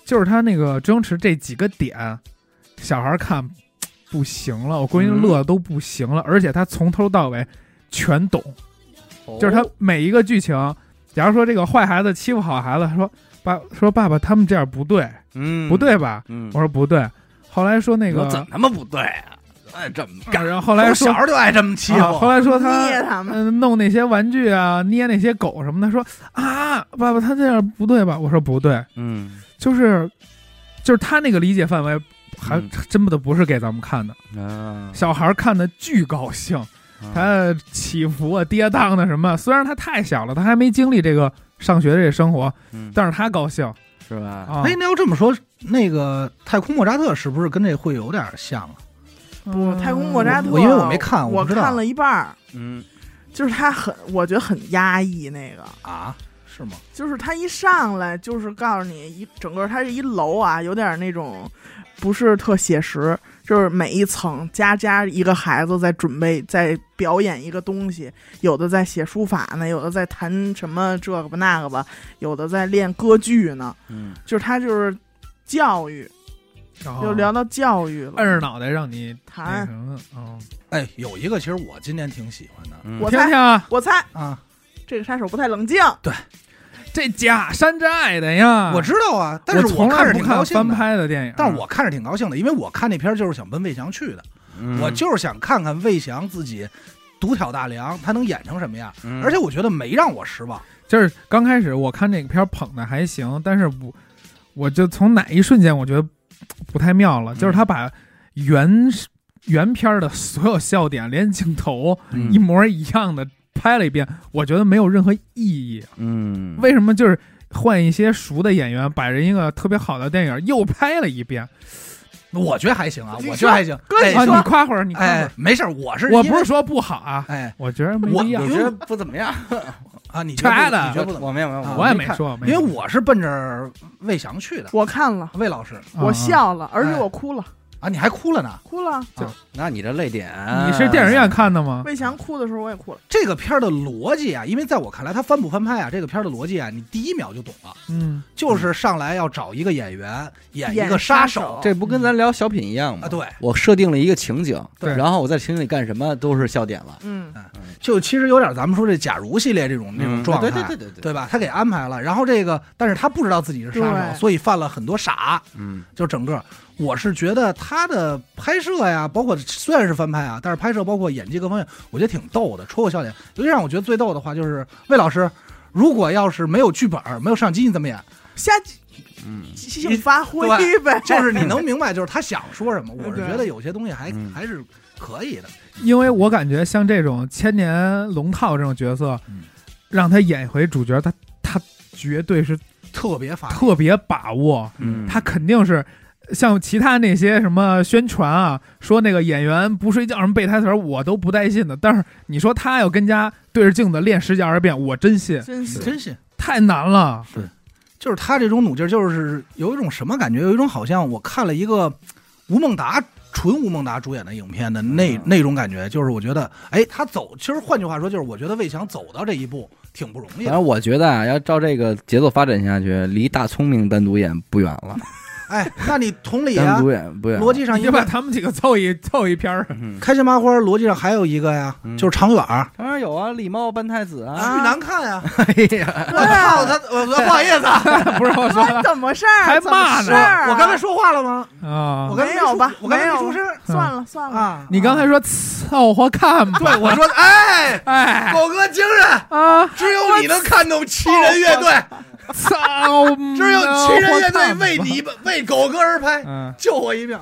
就是她那个周星驰这几个点，小孩儿看不行了，我闺女
嗯
乐得都不行了，而且她从头到尾全懂，就是
哦
她每一个剧情，假如说这个坏孩子欺负好孩子，她说爸说爸爸他们这样不对，
嗯
不，对吧？
嗯
我，说不对，后来说那
你
个
说，怎么他妈不对啊？哎，这么
啊
干，
然后后来
我
说
小时候就爱这么欺负
啊，后
我。
来说他
捏他们，
嗯，弄那些玩具啊，捏那些狗什么的，说啊，爸爸他这样不对吧？我说不对，
嗯
就是就是他那个理解范围还，
嗯
真的不是给咱们看的，
啊，
小孩看的巨高兴，他起伏啊、跌宕的什么，虽然他太小了，他还没经历这个上学的这生活，
嗯
但是他高兴
是吧？
啊。
哎，那要这么说，那个太空莫扎特是不是跟这会有点像啊？
不，太空莫扎特，
我因为我没看我
我
不知道
看了一半儿，
嗯，
就是他很，我觉得很压抑那个。
啊，是吗？
就是他一上来就是告诉你一整个它是一楼啊，有点那种不是特写实，就是每一层家家一个孩子在准备在表演一个东西，有的在写书法呢，有的在弹什么这个吧那个吧，有的在练歌剧呢，
嗯
就是他就是教育，
然后
又聊到教育了，
哦摁着脑袋让你那
谈
什么，嗯，
哎，有一个其实我今年挺喜欢的
嗯
我
听听啊，
我猜
啊，
这个杀手不太冷静，
这假山寨的呀，
我知道啊，但是
我从
看
来
着
不
挺高
看
兴
翻
的。
拍的电影，啊
但是我看着挺高兴的，因为我看这片儿就是想奔魏翔去的，
嗯
我就是想看看魏翔自己独挑大梁，他能演成什么样。
嗯
而且我觉得没让我失望，
就是刚开始我看这个片儿捧的还行，但是我我就从哪一瞬间我觉得不太妙了，
嗯
就是他把原原片儿的所有笑点，连镜头
嗯
一模一样的拍了一遍，我觉得没有任何意义。
嗯
为什么就是换一些熟的演员，把人一个特别好的电影又拍了一遍
我觉得还行啊，
你
我觉得还行。
哥
哎
你
啊？
说
你夸会儿，你夸会
哎
儿，，
没事儿，我是
我
因
不
为
是说不好啊，
哎
我觉得没
我
必要
我，觉得不怎么样，
啊，你觉得
掐的
不你觉得不怎么
我没有没有，
啊
我也
没
没
看
说，没
样？因为
说
我是奔着魏翔去的，
我看了，
魏老师
我
啊
笑了，而且
哎
我哭了，
啊，你还哭了呢。
哭了。
那你这泪点，
你是电影
啊
院看的吗？
魏翔哭的时候我也哭了，
这个片儿的逻辑啊，因为在我看来，它翻不翻拍啊，这个片儿的逻辑啊，你第一秒就懂了，
嗯，
就是上来要找一个演员演一
演
个
杀
手
这不跟咱聊小品一样吗？
啊，对，
我设定了一个情景，
对
然后我在情景里干什么都是笑点了，
嗯，
就其实有点咱们说这假如系列这种那种
嗯
状态，
对对对对对
对吧？他给安排了，然后这个，但是他不知道自己是杀
对
手，所以犯了很多傻。
嗯
就整个，我是觉得他的拍摄呀，包括虽然是翻拍啊，但是拍摄包括演技各方面，我觉得挺逗的，戳我笑点。尤其让我觉得最逗的话就是魏老师，如果要是没有剧本、没有摄像机，你怎么演？
瞎
嗯
即兴发挥呗，
就是你能明白，就是他想说什么。我是
对
觉得有些东西还
嗯
还是可以的。
因为我感觉像这种千年龙套这种角色，
嗯
让他演一回主角，他他绝对是
特别发
特别把握，
嗯，
他肯定是。像其他那些什么宣传啊，说那个演员不睡觉什么背台词儿，我都不带信的。但是你说他要跟家对着镜子练十几二十遍，我真信，
真是
真是，
太难了。
就是他这种努劲儿，就是有一种什么感觉，有一种好像我看了一个吴孟达。纯吴孟达主演的影片的那
嗯
那种感觉，就是我觉得，哎，他走，其实换句话说，就是我觉得魏翔走到这一步挺不容易
反
的。
正我觉得啊，要照这个节奏发展下去，离大聪明单独演不远了，
哎，那你同理
单
啊，
独演不嗯远了，
逻辑上
你
应
把
该
他们几个凑一凑一篇儿，
嗯，
开心麻花，逻辑上还有一个呀，
嗯
就是长远儿，
当然有啊，狸猫搬太子啊，
啊
巨难看呀！
哎呀，
我操，他我我不好意思啊，
不是我说的
说怎么事儿？
还骂呢
怎么事儿啊
我刚才说话了吗？
啊
我。刚才没
没有
出
吧
我刚才
没
没
有
出声儿
算了算了，
啊。
你刚才说凑合看吧，
对我说，哎，
哎
狗哥精神，
啊，
只有你能看懂七人乐队，
操！
只有
嗯
七人乐队为
我看吧
你为狗哥而拍，
嗯，
救我一命。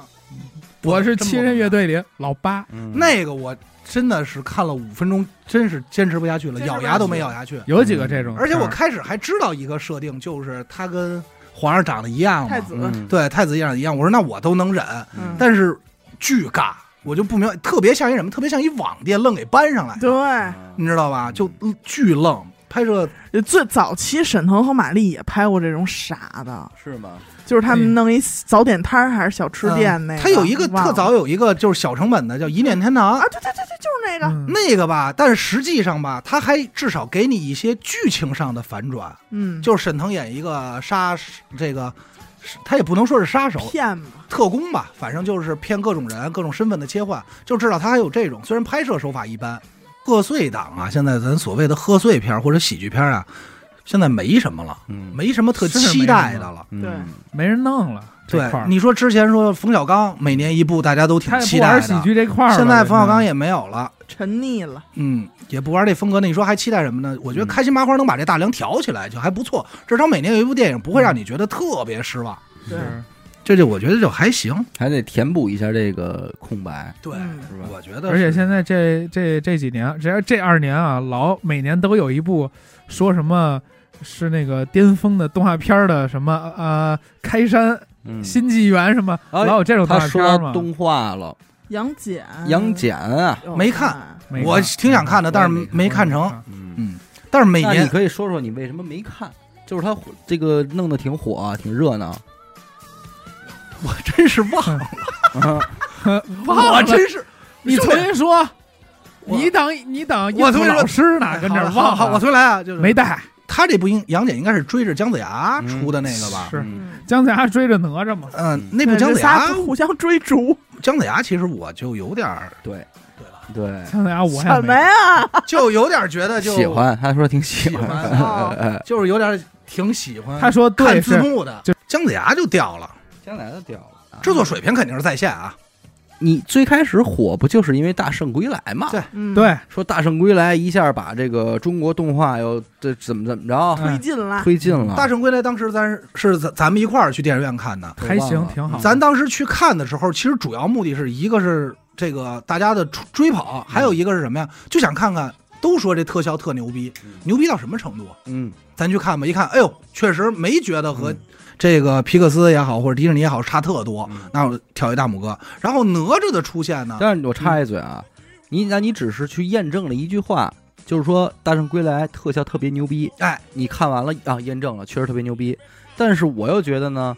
我是七人乐
队
队里老八，
嗯
那个，我真的是看了五分钟，真是坚持不下去了，
坚
咬
持不下去
牙都没咬下去。
有几个这种事
嗯
儿。
而且我开始还知道一个设定，就是他跟皇上长得一样嘛
太，子，
嗯
对，太子一样一样。我说那我都能忍，
嗯
但是巨尬，我就不明白，特别像一什么，特别像一网店愣给搬上来的，
对，
你知道吧？就嗯巨愣，拍摄
最早期沈腾和马丽也拍过这种傻的，
是吗？
就是他们弄一早点摊儿还是小吃店那
嗯
个，
他有一个特
忘了
早有一个就是小成本的叫《一念天堂》
啊，对对对对，就是那个，
嗯
那个吧，但是实际上吧，他还至少给你一些剧情上的反转，
嗯，
就是沈腾演一个杀这个，他也不能说是杀 手，
骗吧，
特工吧，反正就是骗各种人、各种身份的切换，就知道他还有这种。虽然拍摄手法一般，贺岁档啊，现在咱所谓的贺岁片儿或者喜剧片儿啊，现在没什么了，
嗯，
没什么特
是没
期待的
什么
了。
嗯
对
没人弄了这
对
块，儿，
你说之前说冯小刚每年一部，大家都挺
他也
期
不
待
玩喜
的。
剧这块儿了。
现在冯小刚
也
也没有了，
沉溺了，
嗯，也不玩这风格。那你说还期待什么呢？我觉得
嗯
开心麻花能把这大梁挑起来就还不错，至少每年有一部电影不会让你觉得特别失望。
对，
是
这就我觉得就还行。
还得填补一下这个空白，
对，
嗯
是吧
我觉得
而且
是
现在这这这几年，只要这二年啊，老每年都有一部说什么是那个巅峰的动画片儿的什么呃开山
嗯，
新纪元什么，
哎
老有这种动
他
画片
说
儿
到
嘛。
动画了，
杨戬，
杨戬啊，
有
没看
看，
没嗯
我挺想看的但是
我也
没看成
我也没啊
嗯，
嗯，但是每
那你
年
可以说说你为什么没看？就是他这个弄得挺火，啊挺热闹，
我真是忘了，
忘了
我真是
你
兄
重
弟
新说，
我
你等你等，
我重新说
老师呢，跟这
好哎
儿
了好了
忘
好了，我
了，
重新来啊，就是
没带
他这部应杨戬应该是追着姜子牙出的那个吧？
是
嗯
嗯，
姜子牙追着哪吒嘛，
嗯，那部姜子
仨
牙，
互相追逐，
姜子牙其实我就有点儿，
对
对吧？
对，
姜子牙我也
什么
没
呀？
就有点儿觉得就
喜，欢，哎他说挺喜
喜欢
哦
欢，啊
就是有点儿挺喜欢。
他说对
看字
是
幕的
就，
姜子牙就掉了，
姜子牙都掉了
制作水平肯定是在线啊。
你最开始火不就是因为《大圣归来》嘛？
对
嗯，
对，
说《大圣归来》一下把这个中国动画又这怎么怎么着
推进了，
推进了，
大圣归来当时咱是是咱咱们一块儿去电影院看
啊
的，
还行挺好
嗯咱当时去看的时候，其实主要目的是一个是这个大家的追追跑，还
嗯
有一个是什么呀？就想看看，都说这特效特牛逼
嗯，
牛逼到什么程度？
嗯
咱去看吧，一看，哎呦，确实没觉得和
嗯
这个皮克斯也好，或者迪士尼也好差特多。
嗯
那我挑一大拇哥。然后哪吒的出现呢，
但是我插一嘴啊，你那你只是去验证了一句话，就是说《大圣归来》特效特别牛逼，
哎，
你看完了啊，验证了，确实特别牛逼。但是我又觉得呢，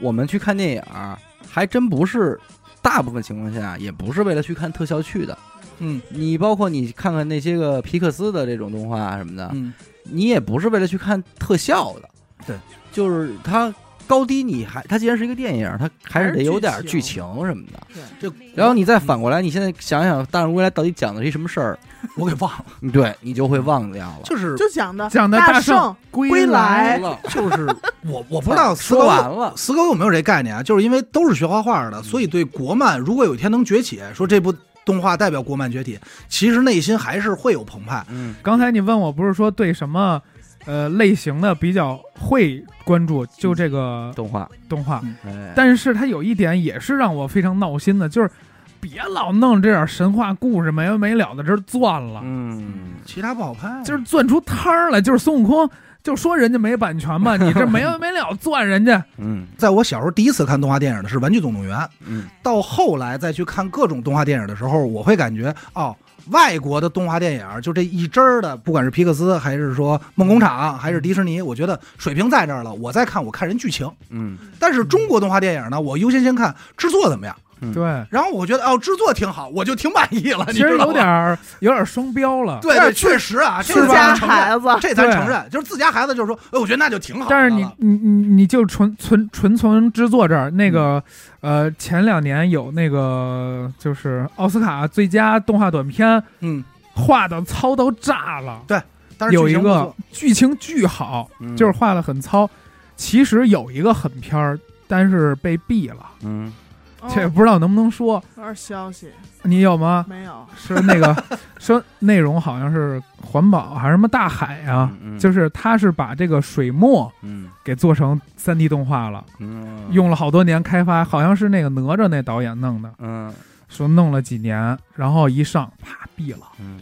我们去看电影儿还真不是，大部分情况下也不是为了去看特效去的。
嗯
你包括你看看那些个皮克斯的这种动画啊什么的，
嗯，
你也不是为了去看特效的，
对，
就是它高低你还它既然是一个电影，它还是得有点
还是
剧
剧
情
情
什么的。
这
然后你再反过来，你现在想想《大圣归来》到底讲的是一什么事儿，
我给忘了，
对你嗯就会忘掉了。
就是
就讲的
讲的
大
圣
归来
来，
就是 我我哎不知道死
啊说
狗
完了，
啊死狗有没有这概念啊？就是因为都是学画画的，所以对国漫如果有一天能崛起，说这部动画代表国漫崛起，其实内心还是会有澎湃。
嗯，
刚才你问我不是说对什么呃类型的比较会关注，就这个
动画，
动
嗯
画，
哎，
但是它有一点也是让我非常闹心的，就是别老弄这点神话故事没完没了的，这钻了，
嗯，
其他不好拍，
就是钻出摊儿来，就是孙悟空。就说人家没版权吧，你这没完没了钻人家，
嗯
在我小时候第一次看动画电影的是《玩具总动员》，
嗯，
到后来再去看各种动画电影的时候，我会感觉哦，外国的动画电影就这一支儿的，不管是皮克斯还是说梦工厂还是迪士尼，我觉得水平在这儿了。我再看，我看人剧情。
嗯，
但是中国动画电影呢，我优先先看制作怎么样，
对，
然后我觉得哦，制作挺好，我就挺满意了。
其实
你知道吗啊
有点儿有点儿双标了。
对对，确实啊，这
自
个咱
家
承认，
孩子，
这咱承认，就是自家孩子就是说，哎，我觉得那就挺好的了。
但是你你你你就纯纯纯从制作这儿，
嗯
那个、呃，前两年有那个就是奥斯卡最佳动画短片，
嗯，
画的糙到炸了，
但是
有
剧
一
情不
个
错
剧情巨好，
嗯
就是，画的很糙。其实有一个狠片儿，但是被毙了，
嗯，
这也
哦
不知道能不能说。
有点消息
你有吗？
没有？
是那 个说内容好像是环保还是什么大海
嗯
啊？，就是是他是把这个水墨
嗯
给做成三 D 动画了。
嗯，，
用了好多年开发，好像是那个哪吒那导演弄的，
嗯
说弄了几年，然后一上啪毙了
嗯，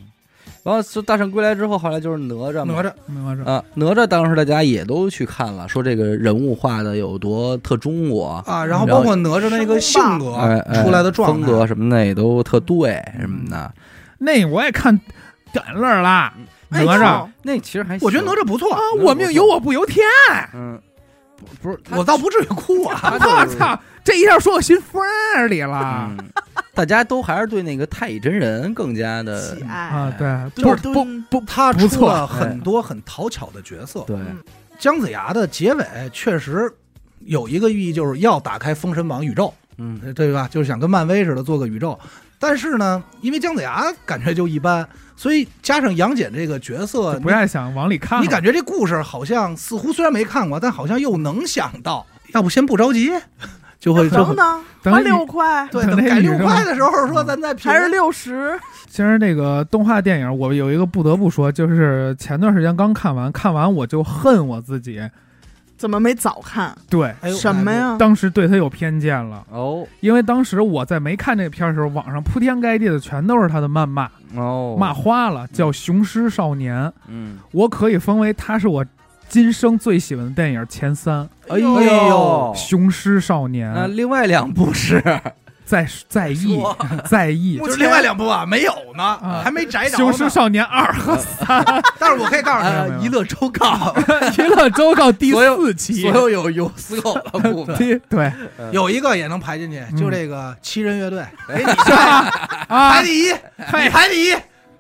然后是《大圣归来》之后，后来就是哪吒嘛，
哪吒，
哪吒。
啊，哪吒当时大家也都去看了，说这个人物画的有多特中国，
啊，然后包
嗯
括哪吒的那个性格
哎哎
出来的状
风
态，嗯
格什么的也都特对什么的。
那我也看掉眼泪儿啦，哪
哎呦
吒
啊
那其实还行
我觉得哪，吒不错
啊，
嗯
我命由我不由天，
嗯，不不是，
嗯
我倒不至于哭啊。
他
我
就是
操，这一下说我心缝儿里了
嗯，大家都还是对那个太乙真人更加的
喜爱嗯
啊！对，
就是
不不
不，他
不
出
错哎
了很多很讨巧的角色。
对，
嗯
姜子牙的结尾确实有一个寓意，就是要打开《封神榜》宇宙，
嗯
对吧？就是想跟漫威似的做个宇宙。但是呢，因为姜子牙感觉就一般，所以加上杨戬这个角色，
不太想往里看了。
你感觉这故事好像似乎虽然没看过，但好像又能想到。要不先不着急，就会就
等
会
等，
等
花
你
六块
对
等
等
那
改
宇
六
宙
块的时
嗯
候说咱再评
还是六十，
其实这个动画电影，我有一个不得不说，就是前段时间刚看完，看完我就恨我自己，
怎么没早看？
对，
哎呦
什么？呀？
当时对他有偏见了。
哦
因为当时我在没看这个片儿的时候，网上铺天盖地的全都是他的谩骂，
哦
骂花了，叫《雄狮少年》，
嗯，
我可以封为他是我今生最喜欢的电影前三，
哎呦，
《雄狮少年
那》另外两部是
在在意
说
在
哎
意，《
呦就是另外两部啊，没有呢
啊，
还没摘着
雄
呢。
狮少年二》和《
但是我可以告诉
哎
你，
呃娱乐周告，
娱乐周告》第
所有
四期
所。有有有死狗的部分，
第 对
有一个也能排进去，就这个七人乐队，给你
是吧？嗯啊
排，第一，你
嘿，
排第一，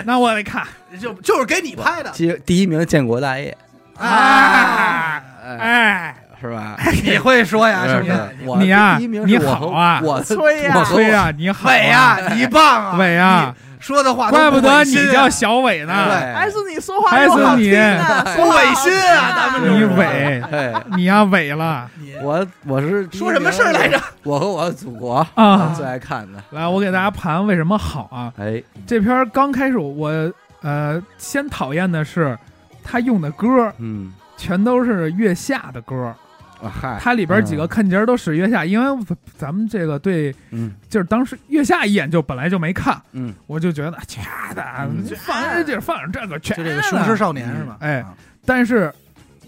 那我得看
就就是给你拍的。
第第一名建国大业，
啊！
哎，
哎，
哎，
是吧？
你会说呀，兄弟？
是我
你呀
第一名
你
是我
好
和
啊
我
崔呀
我和我
崔呀，你好
伟
啊，
呀，你棒啊！
伟呀，
你说的话都
怪不得
违
你
心啊
叫小伟呢，
对
还是你说话
还是
多好听啊，
你
说
不
话
违
好
心
听
啊咱们这
你
种人
伟，
哎，
你呀伟了
你
我我是第一
说什么事儿来着
名？我和我的祖国
啊！
最爱看的。
来，我给大家盘为什么好啊？
哎，
这片儿刚开始我呃先讨厌的是他用的歌
嗯，
全都是月下的歌，
啊嗨，
它里边几个
嗯
看节儿都使月下，因为咱们这个对
嗯
就是当时月下一眼就本来就没看，
嗯，
我就觉得掐的
嗯，
就放点这放点这个，全
就这个雄狮
的
少年是吧？
哎
啊，
但是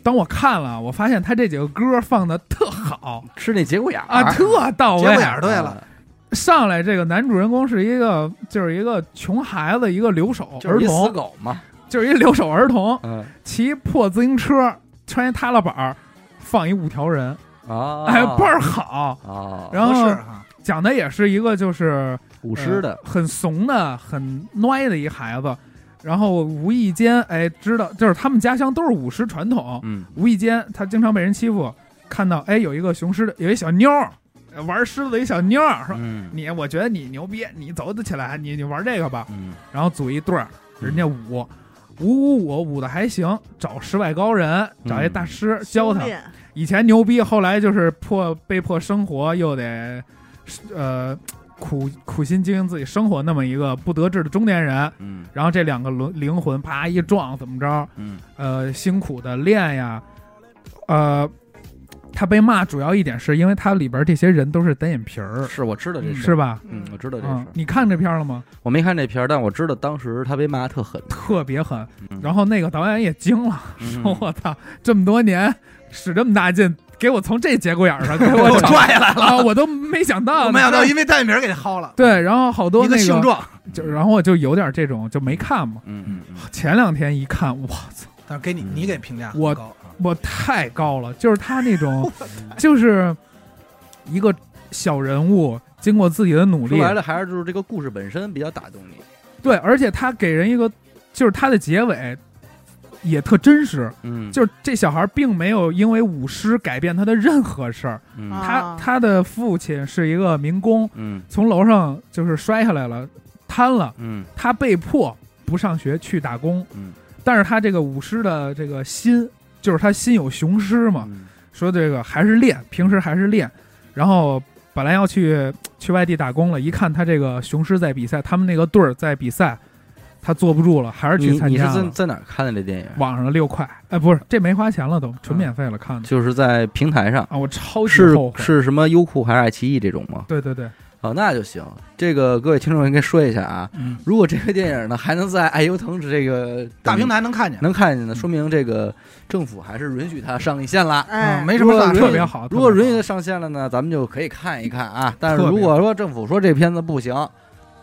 当我看了，我发现他这几个歌放的特好
吃那节骨眼儿
啊，特到
结尾
位。
眼儿对
啊
了，
上来这个男主人公是一个就是一个穷孩子，一个留守
就
儿
是一死
童，
狗嘛。
就是一留守儿童，
嗯
骑破自行车，穿一踏拉板儿，放一五条人，
啊，
哎，倍儿好。
啊，
然
合
后
适哈，
讲的也是一个就是
舞狮
呃
的，
很怂的、很蔫的一孩子，然后无意间哎知道，就是他们家乡都是舞狮传统，
嗯
无意间他经常被人欺负，看到哎有一个雄狮的，有一小妞儿呃玩狮子的一小妞儿，说、
嗯
你我觉得你牛逼，你走得起来，你你玩这个吧，
嗯
然后组一队儿，人家舞。舞舞舞舞的还行，找世外高人，找一
嗯
大师、教他
兄。弟
以前牛逼，后来就是迫被迫生活，又得呃苦苦心经营自己生活，那么一个不得志的中年人。
嗯
然后这两个轮灵魂啪一撞，怎么着？
嗯
呃，辛苦的练呀，呃，他被骂主要一点是因为他里边这些人都是单眼皮儿，
是我知道这事，
是？吧？
嗯，我
嗯，
知道这
嗯
事，。
你看这片儿了吗？
我没看这片儿，但我知道当时他被骂得特狠。
特别狠。
嗯
然后那个导演也惊了，
嗯
说：“ 我操，这么多年使这么大劲，给我从这节骨眼儿上给
给我
我找
拽下来了，
啊，我都没想到，
我没想到因为戴名给你薅了，
对，然后好多
一
那
个性
个，
状，
就然后我就有点这种就没看嘛。
嗯嗯
前两天一看，我操，
但是给你
嗯
你给评价很
我
高啊
我太高了，就是他那种，就是一个小人物经过自己的努
嗯，说
力，
白了还是就是这个故事本身比较打动你。
对，而且他给人一个就是他的结尾也特真实，
嗯，
就是这小孩并没有因为舞狮改变他的任何事儿，
嗯
啊
他他的父亲是一个民工，
嗯
从楼上就是摔下来了，瘫了。
嗯
他被迫不上学去打工，
嗯，
但是他这个舞狮的这个心，就是他心有雄狮嘛，
嗯
说这个还是练，平时还是练，然后本来要去去外地打工了，一看他这个雄狮在比赛，他们那个队儿在比赛，他坐不住了，还是
你
去参
你是
加
在
了。
在哪儿看的这电影？
网上的六块，哎，不是，这没花钱了都，纯免费了看的
就是在平台上，
啊！我超
嗯
级
是
后悔。
是什么优酷还是爱奇艺这种吗？
对对对，
哦，那就行。这个各位听众应该说一下啊，
嗯
如果这个电影呢还能在爱优腾这个
大平
台
台能看见，
能看见呢，说明这个政府还是允许它上线了。
哎
啊
嗯，没什么
如
大
果
事
人
特别好。
如果
特别
允许
好
它上线了呢，咱们就可以看一看啊。但是
特别
如果说政府说这片子不行，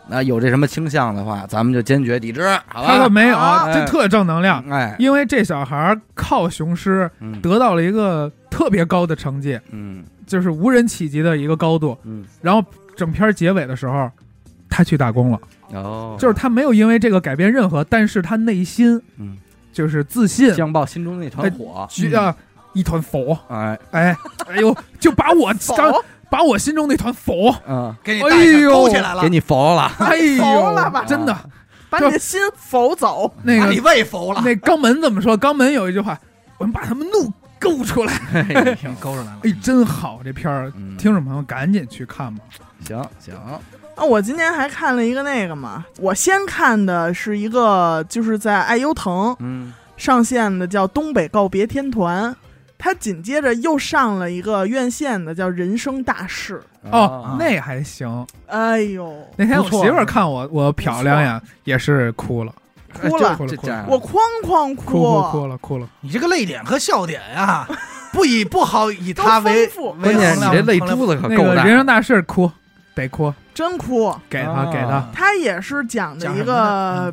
那有这什么倾向的话，咱们就坚决抵制，好
他可
吧？
没有
啊，
这特正能量，
哎，
因为这小孩儿靠雄狮
嗯
得到了一个特别高的成绩，
嗯
就是无人企及的一个高度。
嗯，
然后整片结尾的时候，他去打工了，
哦，
就是他没有因为这个改变任何，但是他内心
嗯
就是自信，
酱爆心中那团火，
觉得
嗯
一团佛，
哎，
哎哎呦，就把 我刚
走
把我心中那团佛，
嗯，
给你
哎
带上
呦
勾起来了
给，你佛 了，
哎
佛了
呦
吧，
真的
把你的心否走，
那
把
个
你喂服了，
那肛门怎么说？肛门有一句话，我们把他们怒勾出来，
哎
给你勾上来了
哎，，真好，这片儿。
嗯，
听众朋友，赶紧去看吧！
行行，
啊，我今天还看了一个那个嘛，我先看的是一个就是在爱优腾
嗯
上线的叫《东北告别天团》，它紧接着又上了一个院线的叫《人生大事》。
哦
啊，
那还行。
哎呦，
那天我
不错
媳妇儿看我，我瞟两眼，也是哭了，哎
哭了
哭了，
这
哭了
家伙
我哐哐哭，啊
哭哭哭了，哭了。
你这个泪点和笑点呀， 不以不好以它为
都丰富
关
为
键
衡
你
量
这泪珠子可
那
够
个
大，
人生大事哭，得哭，
真哭。
给他给他。
他也是讲的
讲
一
什么呢
个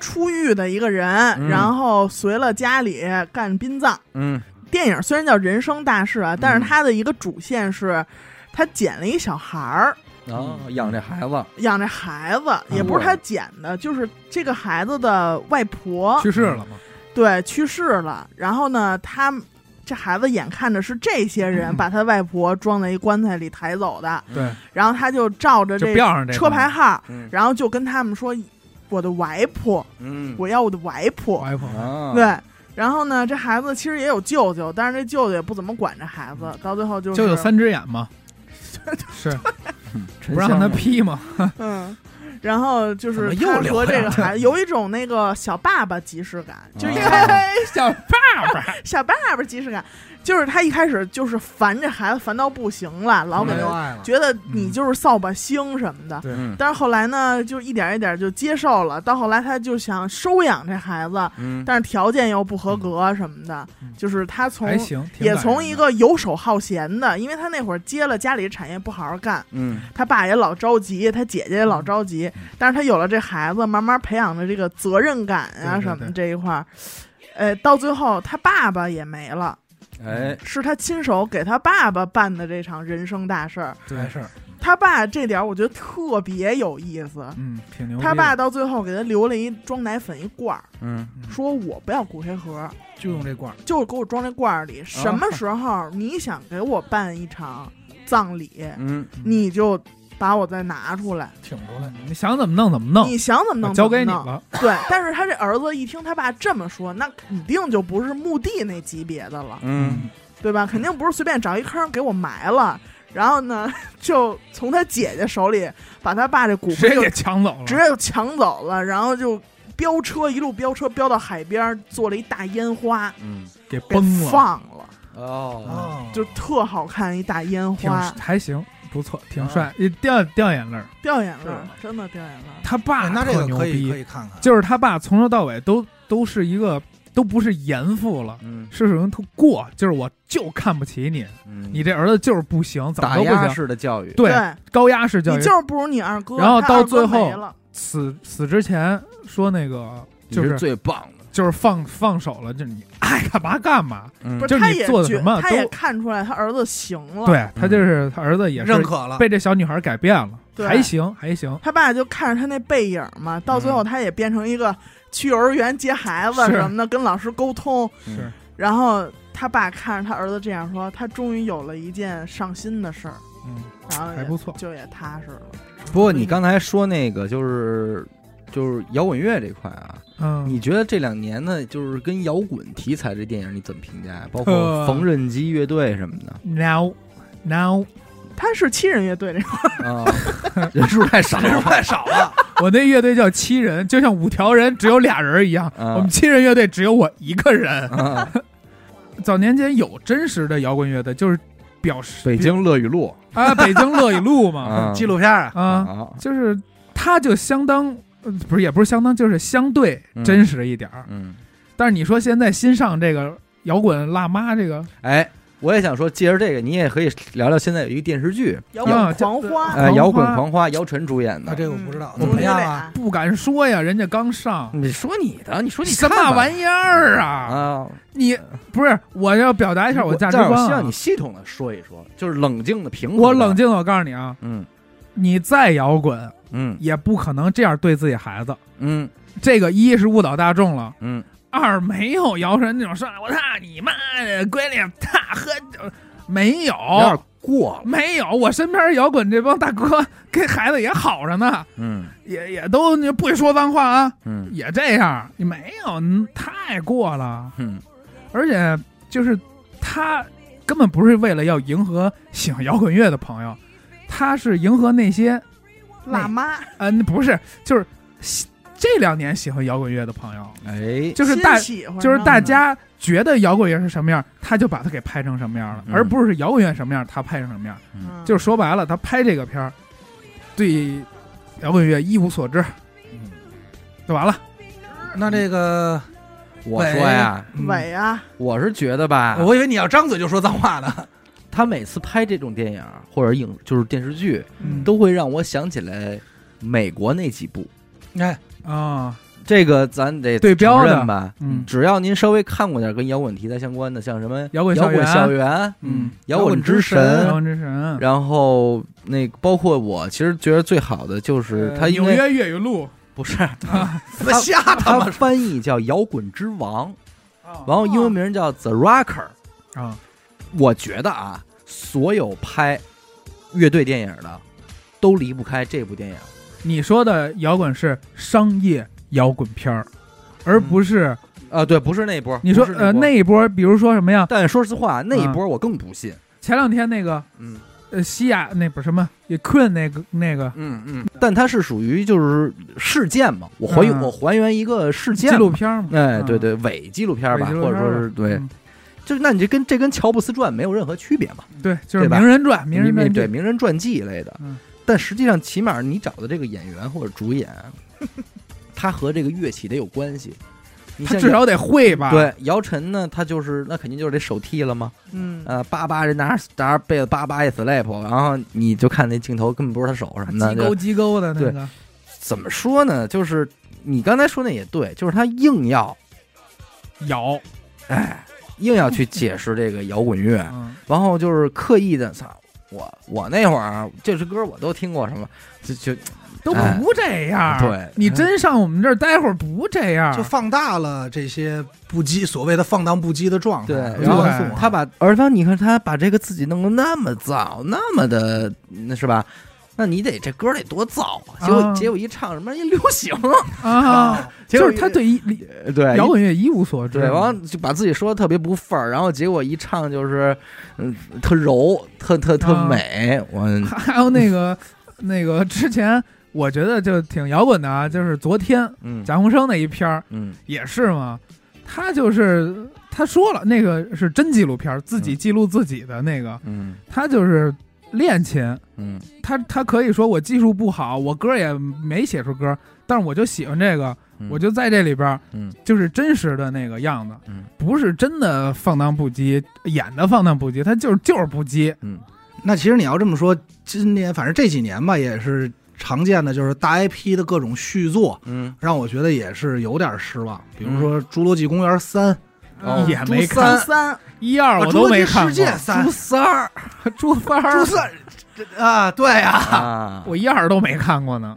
出狱的一个人，
嗯
然后随了家里干殡葬。
嗯
电影虽然叫《人生大事》啊，但是
嗯
他的一个主线是，他捡了一小孩儿，
啊，养这孩子，
养这孩子，也不是他捡的，就是这个孩子的外婆
去世了嘛？
对去世了。然后呢，他这孩子眼看着是这些人把他外婆装在一棺材里抬走的，
对，
然后他就照着
就
这
标上这个
车牌号，
嗯
然后就跟他们说：“我的外婆，
嗯
我要我的外婆。
外婆，
啊”
对，然后呢，这孩子其实也有舅舅，但是这舅舅也不怎么管这孩子，到最后就是
就有三只眼 嘛，是
沉
不让
香
他
嘛
劈嘛，
嗯。然后就
怎
是
么又
他
聊
和这
呀
个孩子有一种那个小爸爸即视感，就一
啊
开始
小爸爸，
小爸爸即视感，就是他一开始就是烦这孩子烦到不行了，老给
嗯
没有
他
爱了，
觉得你就是扫把星什么的。
嗯
但是后来呢，就一点一点就接受了，到后来他就想收养这孩子，
嗯，
但是条件又不合格什么的，
嗯
就是他从
还行，挺
也
感
从
人
一
的
个游手好闲的，因为他那会儿接了家里的产业不好好干，
嗯
他爸也老着急，他姐姐也
嗯
老着急，但是他有了这孩子，慢慢培养的这个责任感啊
对对
什么
对
这一块儿，呃，到最后他爸爸也没了，
哎，
是他亲手给他爸爸办的这场人生大事儿。
没事儿，
他爸这点儿我觉得特别有意思，
嗯，挺牛逼的，
他爸到最后给他留了一装奶粉一罐儿，
嗯
说我不要骨灰盒，
就用这罐儿，
就给我装这罐儿里，什
哦
么时候你想给我办一场葬礼，
嗯
嗯
你就把我再拿出来。
挺出来。
你想怎么弄怎么弄
你，想怎么弄
我嗯交给
怎
你
么弄。
了，
对，但是他这儿子一听他爸这么说，那肯定就不是墓地那级别的了，
嗯，
对吧？肯定不是随便找一坑给我埋了。然后呢， 就从他姐姐手里把他爸这骨
谁
灰就
给抢走了，
直接就抢走了，然后就飙车一路飙车飙到海边儿，做了一大烟花
嗯
给
给
崩了，
放了，
嗯
哦，
哦，
就特好看一大烟
挺
花，
还行，不错，
嗯
挺帅，一掉掉眼泪儿。
掉眼泪儿
是，
真的掉眼泪儿。
他爸
哎那这
特
个
牛
可以可
逼，
以看看，
就是他爸从头到尾都都是一个都不是严父了。
嗯
是属于他过，就是我就看不起你，
嗯，
你这儿子就是不行，怎么
打
都不
压
行。
式的教育，
对，高压式教
你
育。
就是不如你二哥。
然后
他
到
二哥
最后
没了，
死死之前说那个
你
就是是
最棒的，
就是放放手了，就是你爱干嘛干嘛。
嗯
不
就是
他
你
也
做的
觉
什么
他也
都
看出来他儿子行了。
对他就是他儿子也
嗯认
是
可了，
被这小女孩改变了，
对
还行还行。
他爸就看着他那背影嘛，到最后他也变成一个去幼儿园接孩子
嗯是
什么的，跟老师沟通。
是
然后他爸看着他儿子这样说，他终于有了一件上心的事儿，
嗯，
然后也
还不错
就也踏实了。
不过你刚才说那个就是就是摇滚乐这块啊，
嗯，
你觉得这两年呢，就是跟摇滚题材这电影你怎么评价呀？包括
呃
缝纫机乐队什么的
now now，
他是七人乐队这
啊，人数太少
人数
了。
太少了，
我那乐队叫七人，就像五条人只有俩人一样，
啊
我们七人乐队只有我一个人。
啊
早年间有真实的摇滚乐队，就是表示
北京乐语录
啊，北京乐语录嘛，
啊
纪录片啊，
啊，
啊，
就是它就相当，呃不是也不是相当，就是相对
嗯
真实一点儿。
嗯，
但是你说现在新上这个摇滚辣妈这个，
哎，我也想说，借着这个，你也可以聊聊现在有一个电视剧，
摇
啊
滚
这
狂
呃，
欢，
狂花啊
摇滚狂花，姚晨主演
那
的。
这个我不知道，
嗯
怎么样啊？
嗯
不敢说呀，人家刚上，
你说你的，你嗯说你
什
看
么
吧
玩意儿啊？
啊？
你不是我要表达一下我价值
但是
观
我希望
啊
你！系统的说一说，就是冷静的评估。
我冷，静的，我告诉你啊，
嗯
你再摇滚
嗯
也不可能这样对自己孩子。
嗯
这个一是误导大众了，
嗯，
二没有摇滚那种上来我操你妈的闺女他喝酒，没有
有点过了，
没有，我身边摇滚这帮大哥跟孩子也好着呢，
嗯
也也都不许说脏话啊，
嗯
也这样，没有嗯太过了，
嗯
而且就是他根本不是为了要迎合喜欢摇滚乐的朋友，他是迎合那些
辣妈，
嗯、不是就是喜这两年喜欢摇滚乐的朋友，
哎，
就是大
新喜欢
就是大
上
家觉得摇滚乐是什么样，他就把它给拍成什么样了，
嗯
而不是摇滚乐什么样，他拍成什么样。
的，嗯
就是说白了，他拍这个片儿，对摇滚乐一无所知，
嗯
就完了。
那这个，
我说呀，
嗯
伟啊，
我是觉得吧，
我以为你要张嘴就说脏话呢，
他每次拍这种电影啊或者影就是电视剧，
嗯
都会让我想起来美国那几部。
哎，
啊，
这个咱得
对标
承
的
认吧，
嗯
只要您稍微看过点跟摇滚题材相关的，像什么
摇滚
摇
校园
滚校园、
嗯，
摇滚之
摇
神，
滚之神，
然后那个包括我其实觉得最好的就是他
呃
应
纽
该
约粤语录
不是
怎么瞎他
他
妈
翻译叫摇滚之王，
啊
然后英文名叫 The Rocker，
啊，
我觉得啊，所有拍乐队电影的都离不开这部电影。
你说的摇滚是商业摇滚片儿，而不是
啊，对，不是那一波。
你说
嗯不是
呃
波
那，嗯一波，比如说什么呀？
但说实话，那一波我更不信。
前两天那个
嗯
呃西亚那不是什么也困那个那个
嗯嗯，但它是属于就是事件嘛，我还原
嗯
我还原一个事
纪
件嘛。
录片儿嘛，
哎，
嗯
对对，伪纪录片吧，
伪纪录
或者
片儿
说是
吧
对，
嗯
就那你这跟这跟乔布斯传没有任何区别嘛？
对，就是
对吧
名人传，名人
你
传
对
记
名人传记一类的
嗯。
但实际上，起码你找的这个演员或者主演，他和这个乐器得有关系。你
他
像
至
姚
少得会吧？，
对姚晨呢，他就是那肯定就是得手踢了嘛。
嗯，
呃，叭叭人拿着拿着被子叭叭一 slap，然后啊你就看那镜头根本不是他手什么的。
机
就
构机构的那
对
个，
怎么说呢？就是你刚才说那也对，就是他硬要
咬，
硬要去解释这个摇滚乐。
嗯，
然后就是刻意的，操，我我那会儿这支歌我都听过什么，就就
都
哎
不这样。
对
你真上我们这儿待会儿不这样
就。放大了这些不羁所谓的放荡不羁的状态。
对
我觉得
然后
很讽
他把，而他你看他把这个自己弄得那么燥，那么的，那是吧？那你得这歌得多燥啊！结果、
啊
结果一唱什么一流行，
啊，
结果
就是他对一
呃对
摇滚乐一无所知。
对，完了就把自己说的特别不份儿，然后结果一唱就是，嗯，特柔，特特特
啊
美，我
还还有那个那个之前我觉得就挺摇滚的啊，就是昨天
嗯
贾宏声那一篇儿
嗯
也是嘛，他就是他说了那个是真纪录片儿，自己记录自己的那个，
嗯
他就是练琴，
嗯
他他可以说我技术不好，我歌也没写出歌，但是我就喜欢这个，
嗯
我就在这里边儿
嗯
就是真实的那个样子，
嗯
不是真的放荡不羁，演的放荡不羁，他就是就是不羁，
嗯
那其实你要这么说，今年反正这几年吧，也是常见的就是大 IP 的各种续作，
嗯，
让我觉得也是有点失望。比如说《侏罗纪公园三》
哦
也没
朱
三
三
嗯
看
三，
一二我都没看
啊侏罗纪世界
过，
三
朱三儿
朱三儿
朱三这啊，对呀、
啊
我一二都没看过呢，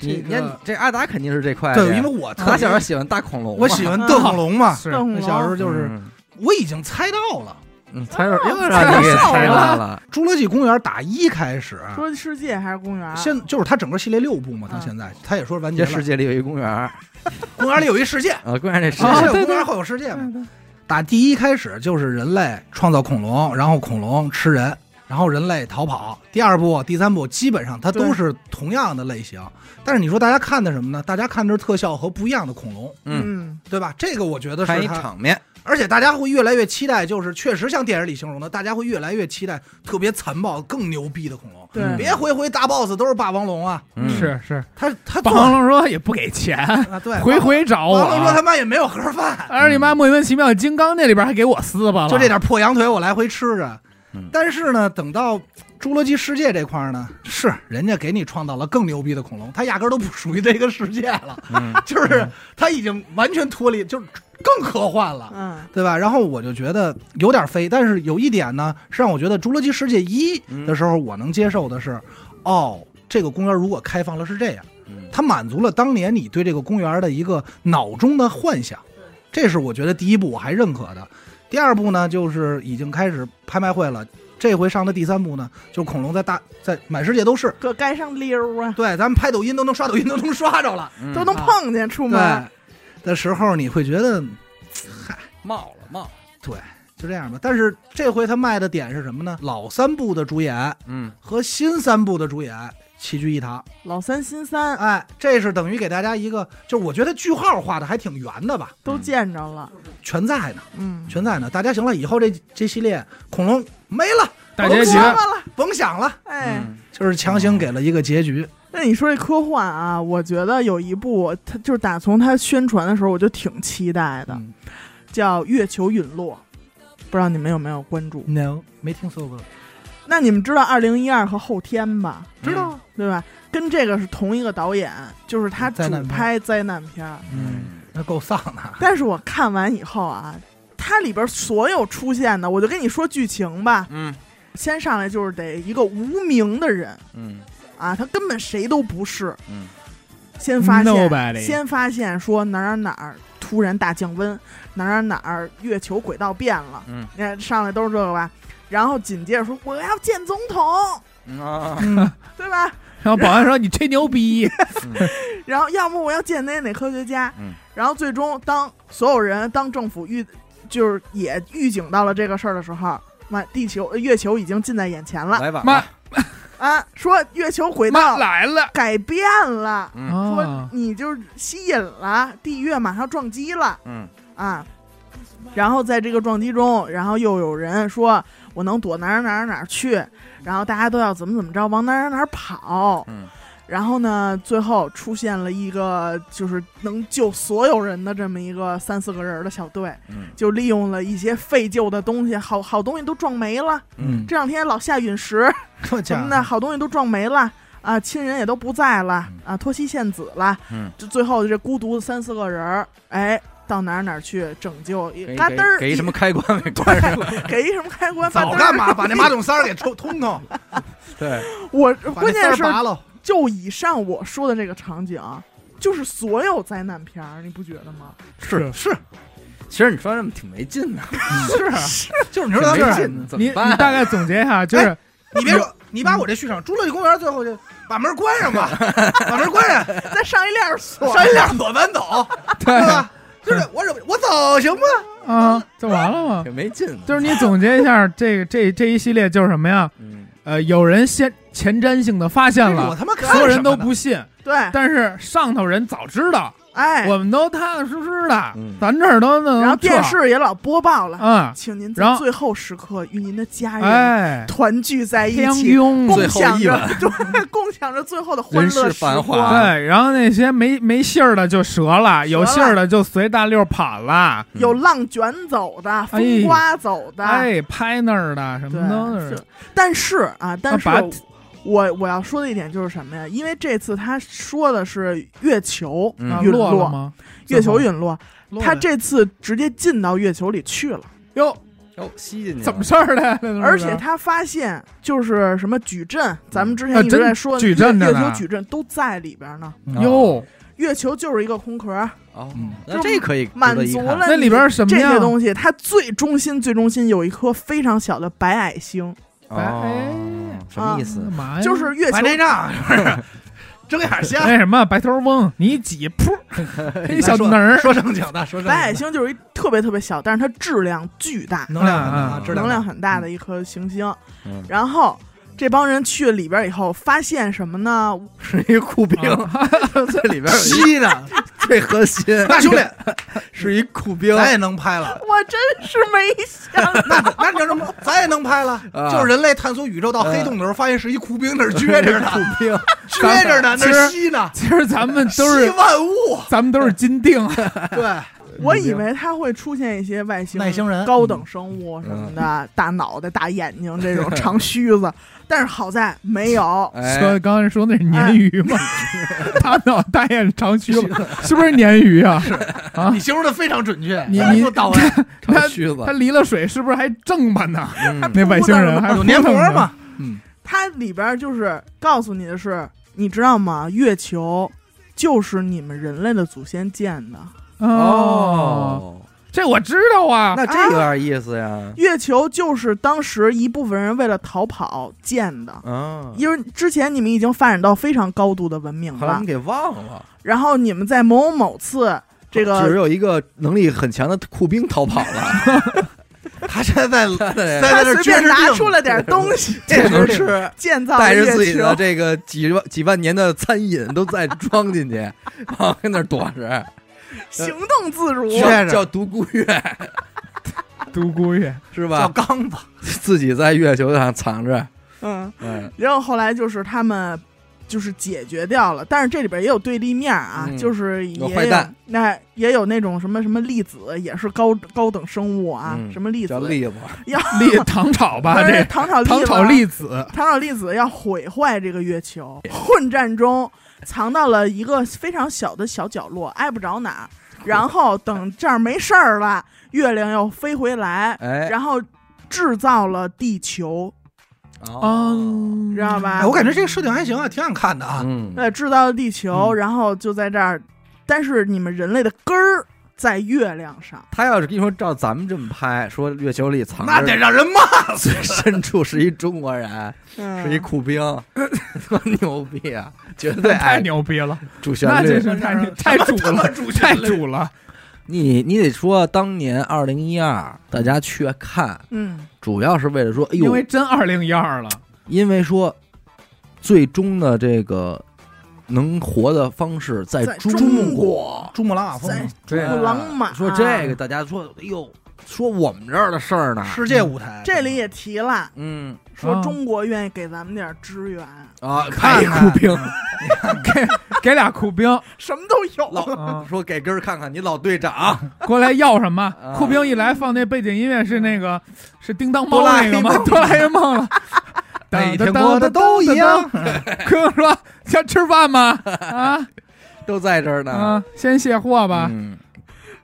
你
这
你
个
看你这阿达肯定是这块的呀，
对，因为我特
他小时候
别
喜欢大恐龙嘛，
我喜欢邓恐龙嘛，
是
邓
我
红
小时
楼
候就是
嗯
我已经猜到了，
嗯，猜着又
猜着
让你给
上
猜
了
到了，
《侏罗纪公园》打一开始，
说世界还是公园？
现就是它整个系列六部嘛，它
啊嗯
现在它也说完结
这
了
世。界里有一公园儿
公园里有一 世界，
啊，公园这世
世界
界
有
对
公园
对
会有世界嘛？
嗯
打第一开始就是人类创造恐龙，然后恐龙吃人，然后人类逃跑。第二部、第三部基本上它都
对
是同样的类型，但是你说大家看的什么呢？大家看的是特效和不一样的恐龙，
嗯，
嗯，
对吧？这个我觉得
看
是
一
它，
场面，
而且大家会越来越期待，就是确实像电影里形容的，大家会越来越期待特别残暴、更牛逼的恐龙。
对，
嗯
别回回大 boss 都是霸王龙啊，
嗯
是是，
他他
霸
做
王龙说也不给钱，
啊，对，
回回找
哦
霸王龙说
我。啊
他妈也没有盒饭，
而你妈莫名其妙，金刚那里边还给我撕巴了，
就这点破羊腿我来回吃着
嗯。
但是呢，等到《侏罗纪世界》这块儿呢，是人家给你创造了更牛逼的恐龙，它压根儿都不属于这个世界 了，
嗯
就是它已经完全脱离，就是更科幻了，
嗯，
对吧？然后我就觉得有点飞，但是有一点呢，是让我觉得《侏罗纪世界一》的时候，我能接受的是，哦，这个公园如果开放了是这样，
嗯
它满足了当年你对这个公园的一个脑中的幻想，这是我觉得第一部我还认可的。第二部呢，就是已经开始拍卖会了。这回上的第三部呢，就是恐龙在大在满世界都是。
可该上溜啊，
对，咱们拍抖音都能刷抖音都能刷着了。
嗯
都能
啊
碰见出
对
门。
的时候，你会觉得
冒了冒了，
就这样吧。但是这回他卖的点是什么呢？老三部的主演
嗯
和新三部的主演齐聚一堂。
老三、新三啊
哎，这是等于给大家一个，就是我觉得句号画的还挺圆的吧，
都见着了，
全在呢。
嗯，
全在呢。大家行了，以后这这系列恐龙没了，
大结
都
局
说
完了，
甭想了，
哎。
嗯
就是强行给了一个结局。
那你说这科幻啊，我觉得有一部，它就是打从它宣传的时候，我就挺期待的，
嗯
叫《月球陨落》，不知道你们有没有关注？
No，没听说过。
那你们知道《二零一二》和《后天》吧？嗯
知道，
对吧？跟这个是同一个导演，就是他主
灾难片
拍灾难片儿。
嗯，那够丧 的。
但是我看完以后啊，它里边所有出现的，我就跟你说剧情吧。
嗯
先上来就是得一个无名的人
嗯
啊，他根本谁都不是，
嗯
先发现
Nobody
先发现说哪儿哪儿哪儿突然大降温，哪儿哪儿哪儿月球轨道变了，
嗯
你看上来都是这个吧。然后紧接着说我要见总统，
嗯啊，
对吧？
然后保安说你吹牛逼，
然后要么我要见哪哪科学家，
嗯
然后最终当所有人当政府预就是也预警到了这个事儿的时候，妈地球呃月球已经近在眼前了
来吧，
妈
啊！说月球轨
妈
道
来了
改变了，
嗯
说
啊！
你就是吸引了地月马上撞击了
嗯
啊！然后在这个撞击中，然后又有人说我能躲哪儿哪儿哪儿去，然后大家都要怎么怎么着往哪儿哪儿哪儿跑，
嗯
然后呢，最后出现了一个就是能救所有人的这么一个三四个人儿的小队，
嗯
就利用了一些废旧的东西，好好东西都撞没了。
嗯
这两天老下陨石
这
什
家
么
伙
的，好东西都撞没了啊，亲人也都不在了
嗯
啊，脱妻献子了。
嗯，
就最后这孤独的三四个人儿，哎，到哪儿哪儿去拯救，一
给
嘎噔儿
给给
一
什么开关给关上了，
给一什么开关，嘎
早
噔儿
干嘛把那马桶塞儿给抽通通，
对，
我
把
关
那塞
键
儿
是
拔了。
就以上我说的这个场景啊，就是所有灾难片儿，你不觉得吗？
是
是
其实你说这么挺没劲的，
是啊，就是你说咱
挺没
们是
劲，怎
嗯你
么
你
办？
大概总结一下，就是
你别说，你把我这续上《侏罗纪公园》，最后就把门关上吧，把门关上，
再上一链锁，
上一辆左翻走，
对
对吧？就是我忍，我走行吗？
啊，就完了吗？
挺没劲的，
就是你总结一下这个这这一系列就是什么呀？
嗯
呃，有人先前瞻性的发现
我
了，
他妈看
所有人
什么
都
呢
不信，
对，
但是上头人早知道，
哎，
我们都踏踏实实的
嗯，
咱这儿都能
然后电
撤
视啊也老播报了，
嗯，
请您
然
在
后
最后时刻与您的家人
哎，
团聚在一
天
起，
庸
最
共
后
享
一
着
晚
对，共享着最后的
人
欢乐
世
时
繁华
光。
对，然后那些没没信儿的就折了，有信儿的就随大溜跑了，
有
嗯
浪卷走的，风刮走的，
哎，拍那儿的什
对
么都，是
是。但是啊，但是
把
我我要说的一点就是什么呀？因为这次他说的是月球
嗯
啊
陨
落了
落，
吗？
月球
最
陨落，
后
他这次直接进到月球里去了。
哟
哟吸进去了
怎么事儿的？
嗯
那都是
而且他发现就是什么矩阵，咱们之前一直
啊真
在说
矩阵
月
着
月
呢
球矩阵都在里边呢。
嗯哟，
月球就是一个空壳，
哦
嗯，
那这可以值得
满
一
足
看
了
那里边什么
这
呀
些？东西，它最中心最中心有一颗非常小的白矮星，
哦，什么意思
干？嘛呀？
就是月球
白内障是不是？睁眼瞎，
那什么白头翁，你挤噗， 嘿哎小
说
能儿，
说正经的，说正经
白矮
的，
星就是一特别特别小，但是它质量巨大，
能量很大
啊
质
能量
量
很大的一颗行星。
嗯
然后这帮人去里边以后，发现什么呢？
是一酷 兵，这里边
很大
有一
啊吸的。
最核心，
那兄弟，
是一酷兵，
咱也能拍了。
我真是没想到，
那那你知道吗？咱也能拍了，
啊
就是人类探索宇宙到黑洞的时候，发现是一酷兵那儿撅着呢，
酷兵，
撅着呢，
其实
那吸呢，
其实咱们都
吸
是
万物。
咱们都是金啊锭，
对，
我以为它会出现一些外星
外星人
高等生物什么的，大脑袋、大眼睛这种长须子，但是好在没有。
哎
说，刚才说那是鲶鱼吗？ 大脑大眼长须了，是不是鲶鱼啊？啊
你，形容的非常准确，
你
这么
你
到位，
长须子，
它离了水是不是还正吧呢？
嗯
那外星人还
有黏膜
吗？
嘛？嗯，
它里边就是告诉你的是，你知道吗？月球就是你们人类的祖先建的。
哦，，这我知道啊。
那这有点意思呀，
月球就是当时一部分人为了逃跑建的，
嗯，
因为之前你们已经发展到非常高度的文明
好像
了，
给忘了，
然后你们在某某次这
只
个
有一个能力很强的酷兵逃跑了，
他现在在
对
在
他
这
随
撅
便
着
拿
腚
出了点东西
这能吃。
建造了
带着自
月
己的
球，
这个几万几万年的餐饮都在装进去，然后跟那儿躲着，
行动自如。
是
叫叫独孤月
独孤月，
是
叫
吧？
刚子，
自己在月球上藏着，
嗯，
嗯
然后后来就是他们。就是解决掉了，但是这里边也有对立面啊，
嗯
就是也
有坏蛋
那也有那种什么什么粒子，也是高高等生物啊，
嗯
什么粒子
叫，啊栗子，
栗糖 炒吧，
当然
这
糖炒
糖炒
了
栗子，
唐老粒子要毁坏这个月球，混战中藏到了一个非常小的小角落，挨不着哪儿。然后等这儿没事儿了，月亮又飞回来，
哎，
然后制造了地球，
哦
嗯，
知道吧
哎，我感觉这个设定还行啊，挺想看的啊。
嗯，
对，制造了地球，
嗯
然后就在这儿。但是你们人类的根儿在月亮上。
他要是跟你说照咱们这么拍，说月球里藏
那得
着
让人骂。
最 深处是一中国人，是一
嗯，
苦兵， 多牛逼啊！绝对
太
哎，
牛逼了，
主旋
那真
律。
是太太主了，太主了。
你你得说，当年二零一二，大家去看，
嗯，
主要是为了说，哎呦，
因为真二零一二了，
因为说，最终的这个能活的方式在
在
中
中
国。
国
珠穆朗玛峰
在
嘛，
对
珠穆朗玛
嗯
啊
说这个，大家说，哎呦，说我们这儿的事儿呢。
世界舞台，
这里也提了，
嗯
说
啊
中国愿意给咱们点儿支援，
啊，
看
看
哎
看
哭兵，
给给俩苦兵
什么都有。
老
嗯
啊
说给根儿看看你老队 长，
过来要什么
嗯
啊？
酷兵一来放那背景音乐是那个是叮当猫
哆啦
那个
A
吗？
梦
哆啦 A 梦了。
每天过得都一 样。
酷兵说想吃 饭吗？啊
都在这儿呢。
啊，先卸货吧。
嗯，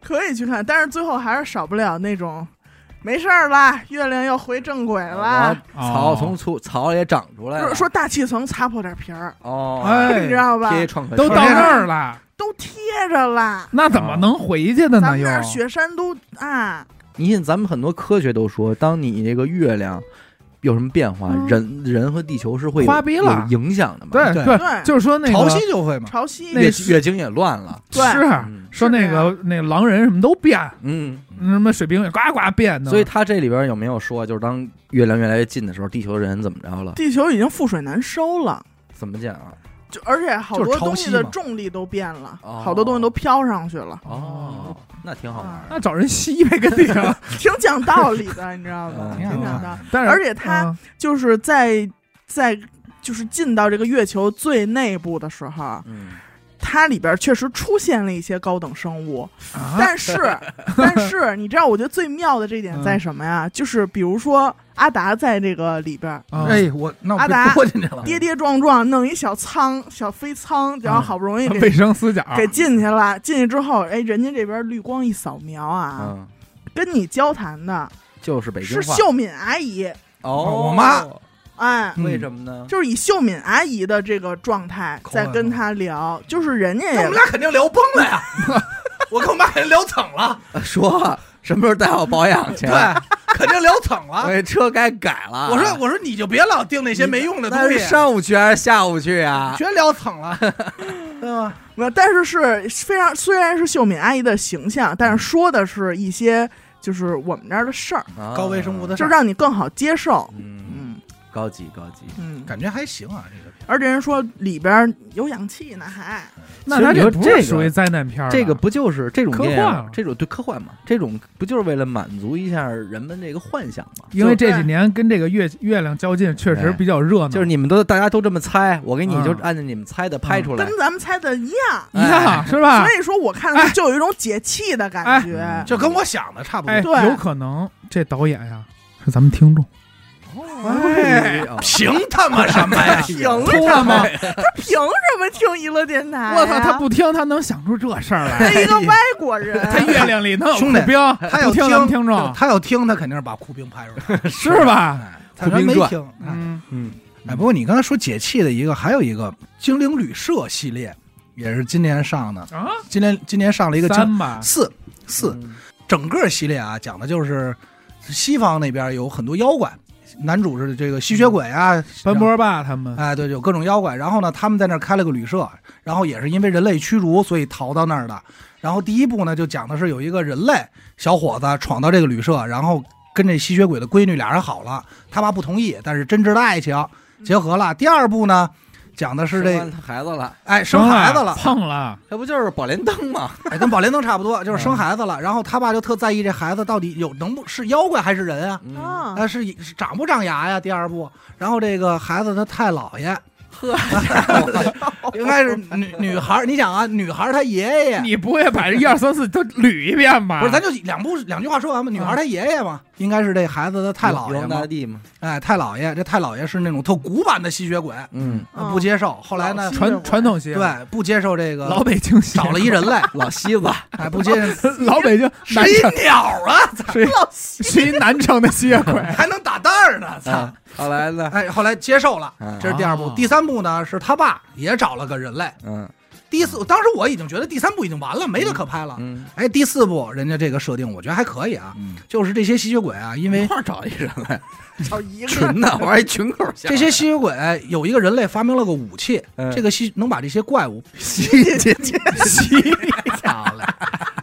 可以去看，但是最后还是少不了那种，没事儿啦，月亮又回正轨
然
啦
后。
哦
草从粗草也长出来
说
了。
说大气层擦破点皮儿，
哦，
你知
哎，
道吧？
贴创可
都
贴
到那儿了，
都贴着啦。
那怎么能回去的
咱
呢？
们
又
那儿雪山都啊，
你信咱们很多科学都说，当你这个月亮有什么变化，
嗯
人人和地球是会有
花逼了
有影响的嘛。
对
对
对
就是说那
潮
个
汐就会嘛，
潮汐
那
月
是啊
月经也乱了。
对
是
嗯
说那个那狼人什么都变，
嗯，
什么水冰也呱呱变的，
所以它这里边有没有说，就是当月亮越来越近的时候，地球人怎么着了？
地球已经覆水难收了，
怎么讲啊？
就而且好多
就是潮
东西的
汐嘛
重力都变了，
哦
好多东西都飘上去了，
哦，那挺好玩
那找人吸呗，跟地 上。
挺讲道理的，你知道吗？
嗯
挺讲道理，
但是
而且它
嗯
就是在在。就是进到这个月球最内部的时候，
嗯，
它里边确实出现了一些高等生物，
啊，
但是，但是，你知道，我觉得最妙的这一点在什么呀？就是比如说阿达在这个里边儿
啊
哎，我那我
阿达
被拖进去
啊
了，
跌跌撞撞弄一小仓小飞仓，然后好不容易
卫
给
生死角
给进去了。进去之后，哎，人家这边绿光一扫描啊，
嗯，
跟你交谈的
就是北京
是
话。
秀敏阿姨，
哦，
我妈
哎。
嗯
为什么呢？
就是以秀敏阿姨的这个状态
口
啊
在
吻
跟
吗
她聊，就是人家
哎
那我
也
们俩肯定聊崩了 呀！我跟我妈肯定聊蹭了，
说什么时候带我保养去
对？，肯定聊蹭
我
哎
这
了。
车该改了。啊
我说我说你就别老订那些没用的
那
东
是
西，
上午去还是下午去啊？
全聊蹭了， 对吗？
没有，但是是非常虽然是秀敏阿姨的形象，
嗯
但是说的是一些就是我们这儿的事儿，
啊
高危生物的事
就
儿，
让你更好接受。
嗯，
嗯
高级高级。
嗯，
感觉还行啊，这个片
而且人说里边有氧气呢，还
那他
其实你说
不是
这个
属于灾难片儿吧，
这个不就是这种
科
电
幻
影
啊？
这种对科幻嘛？这种不就是为了满足一下人们这个幻想嘛？
因为这
对
几年跟这个月月亮较劲，确实比较热闹，
就是你们都大家都这么猜，我给你
嗯
就按照你们猜的拍出来
跟。咱们猜的一样。
一样哎是吧
所？以说，我看了就有一种解气的感觉。
哎
就跟我想的差不
哎，
多。
对
有可能这导演呀是咱们听众，
哎呦
凭他妈什 么呀？
凭什
通了吗
么？？ 他凭什么听娱乐电台呀？啊
我操，他不听他能想出这事儿 来？
他一个外国人，
他月亮里能有
兄弟
酷兵，
他要
不听咱们听众
他要听，他肯定是把酷兵拍出来。
是吧？
哎，他说
酷
没
兵传
听。哎
嗯，
嗯，
哎，不过你刚才说解气的一个，还有一个精灵旅社系列，也是今年上的。
啊，
今年今年上了一个精
三嗯吧，
四四，整个系列啊，讲的就是西方那边有很多妖怪，男主是这个吸血鬼啊，
奔波霸他们
哎，对，有各种妖怪。然后呢，他们在那儿开了个旅社，然后也是因为人类驱逐，所以逃到那儿的。然后第一部呢，就讲的是有一个人类小伙子闯到这个旅社，然后跟这吸血鬼的闺女俩人好了，他爸不同意，但是真挚的爱情结合了。第二部呢，讲的是
生
这
完孩子了，
哎生孩子了，
碰啊了，
这不就是宝莲灯吗？
哎，跟宝莲灯差不多，就是生孩子了。然后他爸就特在意这孩子到底有能不是妖怪还是人啊？
嗯，
啊，
啊，是是长不长牙呀？第二部，然后这个孩子他太姥爷，
呵，
应该是
哦
女女孩儿。你想啊，女孩儿她爷爷，
你不会把这一二三四都捋一遍吧？
哎不是咱就两部两句话说完吧？女孩儿她爷爷嘛，应该是这孩子的太姥
有
爷
有
嘛
大。帝嘛，
哎，太姥爷，这太姥爷是那种特古板的吸血鬼，
嗯，
呃不接受。后来
老
呢
吸，
传传统戏，
对，不接受这
老
个，
北京戏
找了一人类，
老 西子，
哎，不接受，
老北京
是
南 城
一鸟啊，操
是
老
一是一南城的吸血鬼，
还能打蛋儿呢，操！
啊后来呢？
哎，后来接受了，
嗯
这是第二部
啊。
第三部呢，是他爸也找了个人类，
嗯，
第四，当时我已经觉得第三部已经完了，没得可拍了。
嗯
哎，第四部人家这个设定我觉得还可以啊，
嗯，
就是这些吸血鬼啊，因
一
为
块儿找一人来，
操一个
群的，我还群口下
这些吸血鬼有一个人类发明了个武器，
嗯
这个吸能把这些怪 物
吸进去，
吸漂亮，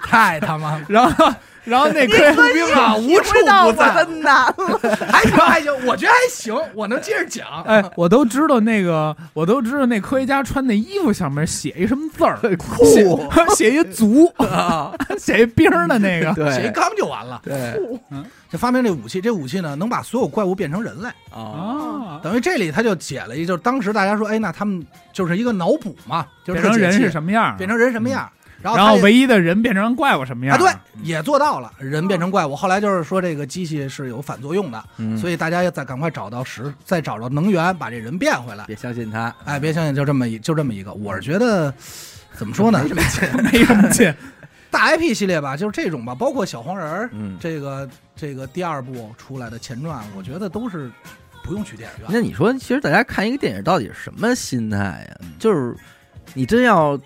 太他妈
然后然后那
你
个
可以
兵啊无处
体会到
不
我
在
的难了。
还行还行，我觉得还行，我能接着讲。
哎，我都知道那个，我都知道那科学家穿那衣服上面写一什么字儿，写
酷
写一足，
啊！
写一兵儿的 那个。
谁
对
刚就完了。
对
这发明这武器，这武器呢能把所有怪物变成人类，
啊，
啊，
等于这里他就解了一，就是当时大家说，哎，那他们就是一个脑补嘛，就是
变成人是
么，
什么样儿？啊
变成人什么样，然后
然
他
后
也
唯一的人变成怪物什么样
啊
儿？
对，
嗯
也做到了，人变成怪物。后来就是说这个机器是有反作用的，所
以
以大家要再赶快找到时，再找到能源，把这人变回来。
别相信他。
哎，别相信，就这么一就这么一个，我是觉得怎么 说呢，
没什么劲。
大 IP 系列吧，就是这种吧，包括小黄人儿，
嗯，
这个这个第二部出来的前传，我觉得都是不用去电影院。
那你说，其实大家看一个电影到底是什么心态呀？就是你真要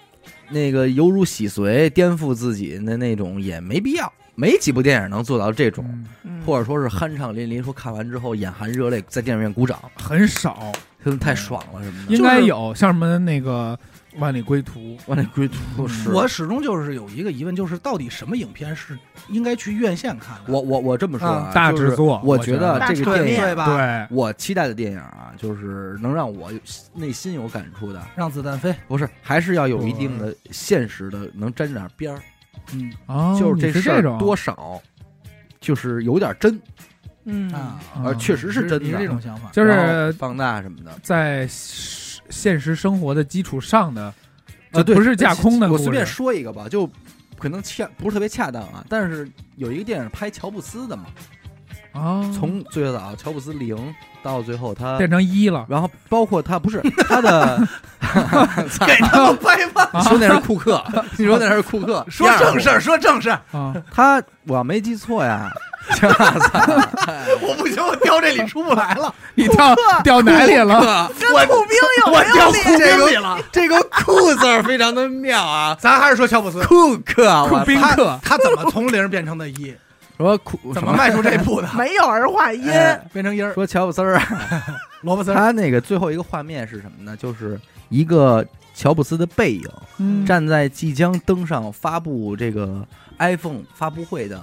那个犹如洗髓、颠覆自己的那种，也没必要。没几部电影能做到这种，
嗯
嗯
或者说是酣畅淋漓，说看完之后眼含热泪，在电影院鼓掌，
很少，
真的太爽了什么的。
应该有像什么那个《万里归途》，
万里归途是
我始终就是有一个疑问，就是到底什么影片是应该去院线看的？
我我我这么说
啊
大
就是
制作
我
我
觉
觉
得
得
这个电影，
对吧？
对，
我期待的电影啊，就是能让我有内心有感触的，
让子弹飞，
不是还是要有一定的现实的，能沾点边儿，
嗯
哦，
就是
你
这
是
事
这
儿
种
多少，就是有点真，
嗯
啊，
呃，
嗯
确实是真
你是
的
这，种想法。
就是
然后放大什么的，
在实现实生活的基础上的，
呃，
就
对，
不是架空的
我
故
我
事。
随便说一个吧，就可能恰不是特别恰当啊，但是有一个电影拍乔布斯的嘛，
啊，
从最早乔布斯零到最后他。
变成 一了，
然后包括他 不是他的，
给他们拍 吧，
你说那是库克，你说那是库克，
说正事儿，说正事儿。
啊，
他我要没记错呀，我操
我不行，我掉这里出不来了，
你掉掉哪里了？
跟步兵有没有理？
这个里了。
这个酷字儿非常的妙 啊，
咱还是说乔布斯，
库克啊，
库
我
宾克，
他怎么从零变成的 一？
说库
怎么迈出这一步的？
没有儿化音，
哎
变成一儿，
说乔布斯儿啊，
萝卜丝 儿。
他那个最后一个画面是什么呢？就是一个乔布斯的背影
嗯
站在即将登上发布这个 iPhone 发布会的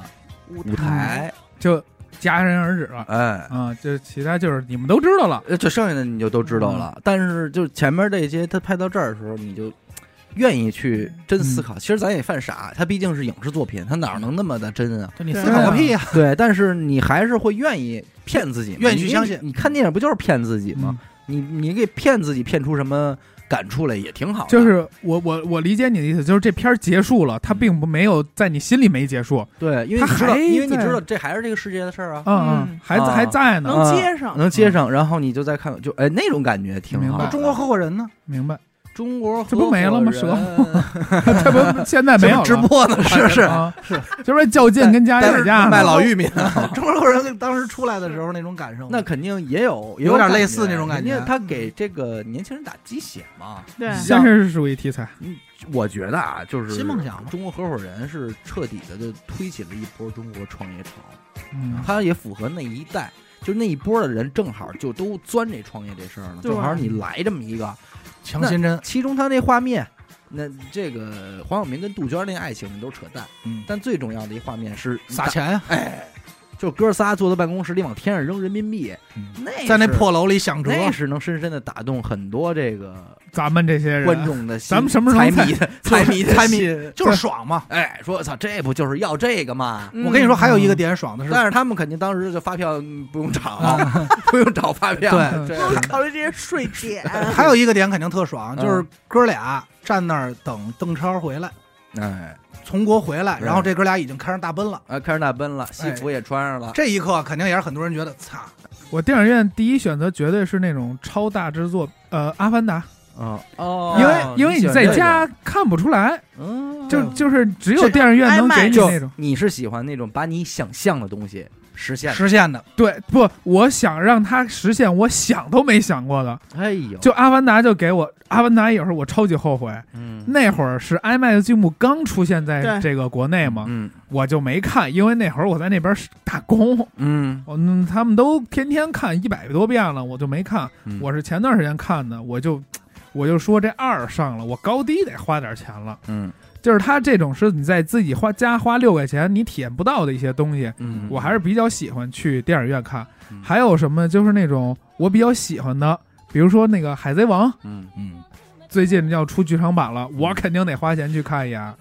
舞台，
就戛然而止了
哎。
啊，就其他就是你们都知道了，
呃，这剩下的你就都知道了，嗯但是就是前面这些，他拍到这儿的时候，你就愿意去真思考。其实咱也犯傻，他毕竟是影视作品，他哪能那么的真啊？
你思考个
嗯
屁呀！
对，但是你还是会愿意骗自己嘛，
愿意去
你
相信
你看电影不就是骗自己吗
嗯？
你你给骗自己骗出什么感触来也挺好的。
就是我我我理解你的意思，就是这片儿结束了，它并不没有在你心里没结束，
对，因为
他
你知道，
还
因为你
在
知道这还是这个世界的事儿啊，
嗯，嗯
嗯
还在
啊
还在呢，
能接上。
能
啊
接上，然后你就再看，就哎那种感觉挺
明
好
白
的。
中国合伙人呢？
明白？
中国合
这不没了吗蛇
伙 人
这不现在没有了
直播呢，是是
啊，是，就是较劲跟家打架呢
卖老 玉米呢，
中国合伙人当时出来的时啊候那种感受，
那肯定也有也
有点
感
类似那种感
人家
觉嗯
他给这个年轻人打鸡血嘛，
对，
真是属于题材，
我觉得啊，就是
新梦想嘛
中国合伙人是彻底的就推起了一波中国创业潮，
嗯，
他也符合那一代，就那一波的人正好就都钻这创业这事儿了，
对
正好你来这么一个，
强心针。
其中他那画面，那这个黄晓明跟杜鹃那爱情都是扯淡，
嗯，
但最重要的一画面是
撒，钱呀，
就哥仨坐在办公室里往天上扔人民币，那
在那哎
是。
破楼里想辙。
那是能深深的打动很多这个
咱们这些人
观众的心，
咱们什么时候
财
才
迷的 财迷的
财迷
心
就是爽嘛！
哎，说操，这不就是要这个吗？
嗯
我跟你说，还有一个点爽的是，
但是他们肯定当时就发票嗯不用找，
啊
不用找发票。
对
这
都 是考虑这些税点。
还有一个点肯定特爽，
嗯
就是哥俩站那儿等邓超回来，
哎，
从国回来，
对
然后这哥俩已经开上大奔了。
啊，开上大奔了，西服也穿上了，
这一刻肯定也是很多人觉得，操，
我电影院第一选择绝对是那种超大制作，呃，《阿凡达
嗯哦》，
因为因为你
喜欢这
在
个
家，看不出来，
嗯，
就
嗯
就是只有
这
电影院能给你
就
那种，
你是喜欢那种把你想象的东西实现了。
实现的，
对，不，我想让他实现我想都没想过的。
哎呦，
就《阿凡达》就给我，《阿凡达》有时候我超级后悔，
嗯
那会儿是 IMAX 剧目刚出现在
对
这个国内嘛，
嗯
我就没看，因为那会儿我在那边打工，
嗯，
我嗯他们都天天看一百多遍了，我就没看。
嗯
我是前段时间看的，我就我就说这二上了，我高低得花点钱了。
嗯
就是他这种是你在自己花家花六块钱你体验不到的一些东西，
嗯，
我还是比较喜欢去电影院看
嗯。
还有什么就是那种我比较喜欢的，比如说那个《海贼王》，
嗯
嗯，
最近要出剧场版了，我肯定得花钱去看一眼。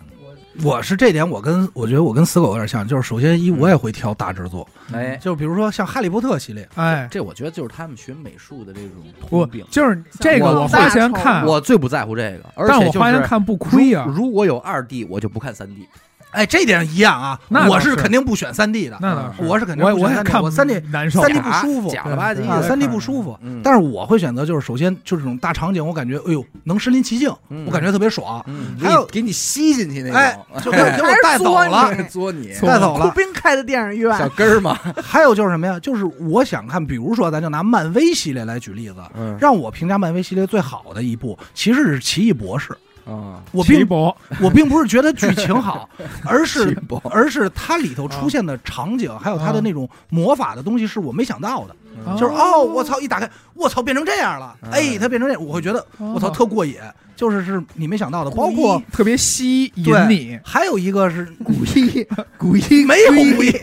我是这点，我跟我觉得我跟死狗有点像，就是首先一我也会挑大制作，
哎，
就比如说像《哈利波特》系列，
哎，
这我觉得就是他们学美术的这种
我
通病。
就是这个，
我
我花钱看，
我最不在乎这个，而
但
且
我
就
花钱
是
看不亏啊呀、
如如果有二 D，我就不看三 D。
哎，这点一样啊，
那倒
我
是
肯定不选三 D 的，
那倒
嗯
是，
我是肯定
我
不
我
选
也
三 D，
看
我三 D
难受
三 D 不舒服
假了吧唧
啊，
的。
三 D 不舒服。
嗯，
但是我会选择就是首先就是这种大场景，我感觉哎呦能身临其境，
嗯
我感觉特别爽，
嗯，
还有
给你吸进去那
哎
种，，
就给我给我带走了
还，是
作你
错
带走
酷
了。
冰开的电影
小
院，
根儿嘛。
还有就是什么呀？就是我想看，比如说咱就拿漫威系列来举例子，
嗯
让我评价漫威系列最好的一部其实是《奇 异博士》。
啊，
我
皮
并
博，
我并不是觉得剧情 好，而是
不，
而是它里头出现的场景，还有它的那种魔法的东西是我没想到的，
嗯
就是哦，我操！一打开，我操，变成这样了，哎，它变成这样，我会觉得
嗯
我
哦
操特过瘾，就是是你没想到的。包括
特别吸引
对
你，
还有一个是
古一古一
没有故意，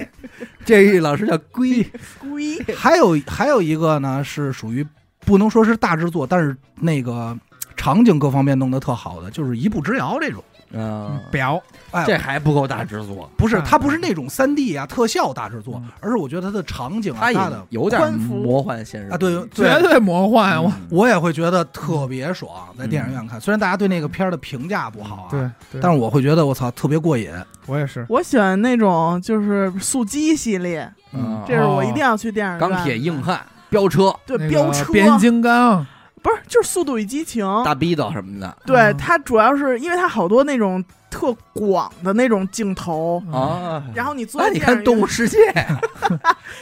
这老师叫龟，
龟
还有还有一个呢是属于不能说是大制作，但是那个场景各方面弄得特好的，就是一步之遥这种。
嗯，
表
哎，
这还不够大啊制作，
不是
看
它不是那种三 D 啊特效大制作
嗯，
而是我觉得它的场景啊
他
搭
也
的。
有点
宽幅
魔幻现实
啊对
绝对魔幻，啊我
嗯
我也会觉得特别爽，在电影院看。虽然大家对那个片儿的评价不好啊，
对，对
但是我会觉得我操特别过瘾。
我也是，
我喜欢那种就是速激系列，
嗯
这是我一定要去电影院。
钢铁硬汉、飙车、
对
那个
飙车，
变形金刚，
不是就是《速度与激情》
大逼斗什么的
对
嗯
它主要是因为它好多那种特广的那种镜头，
啊，
啊。
然后你坐
那
在
你
电
看《
影
动
院
物世 界》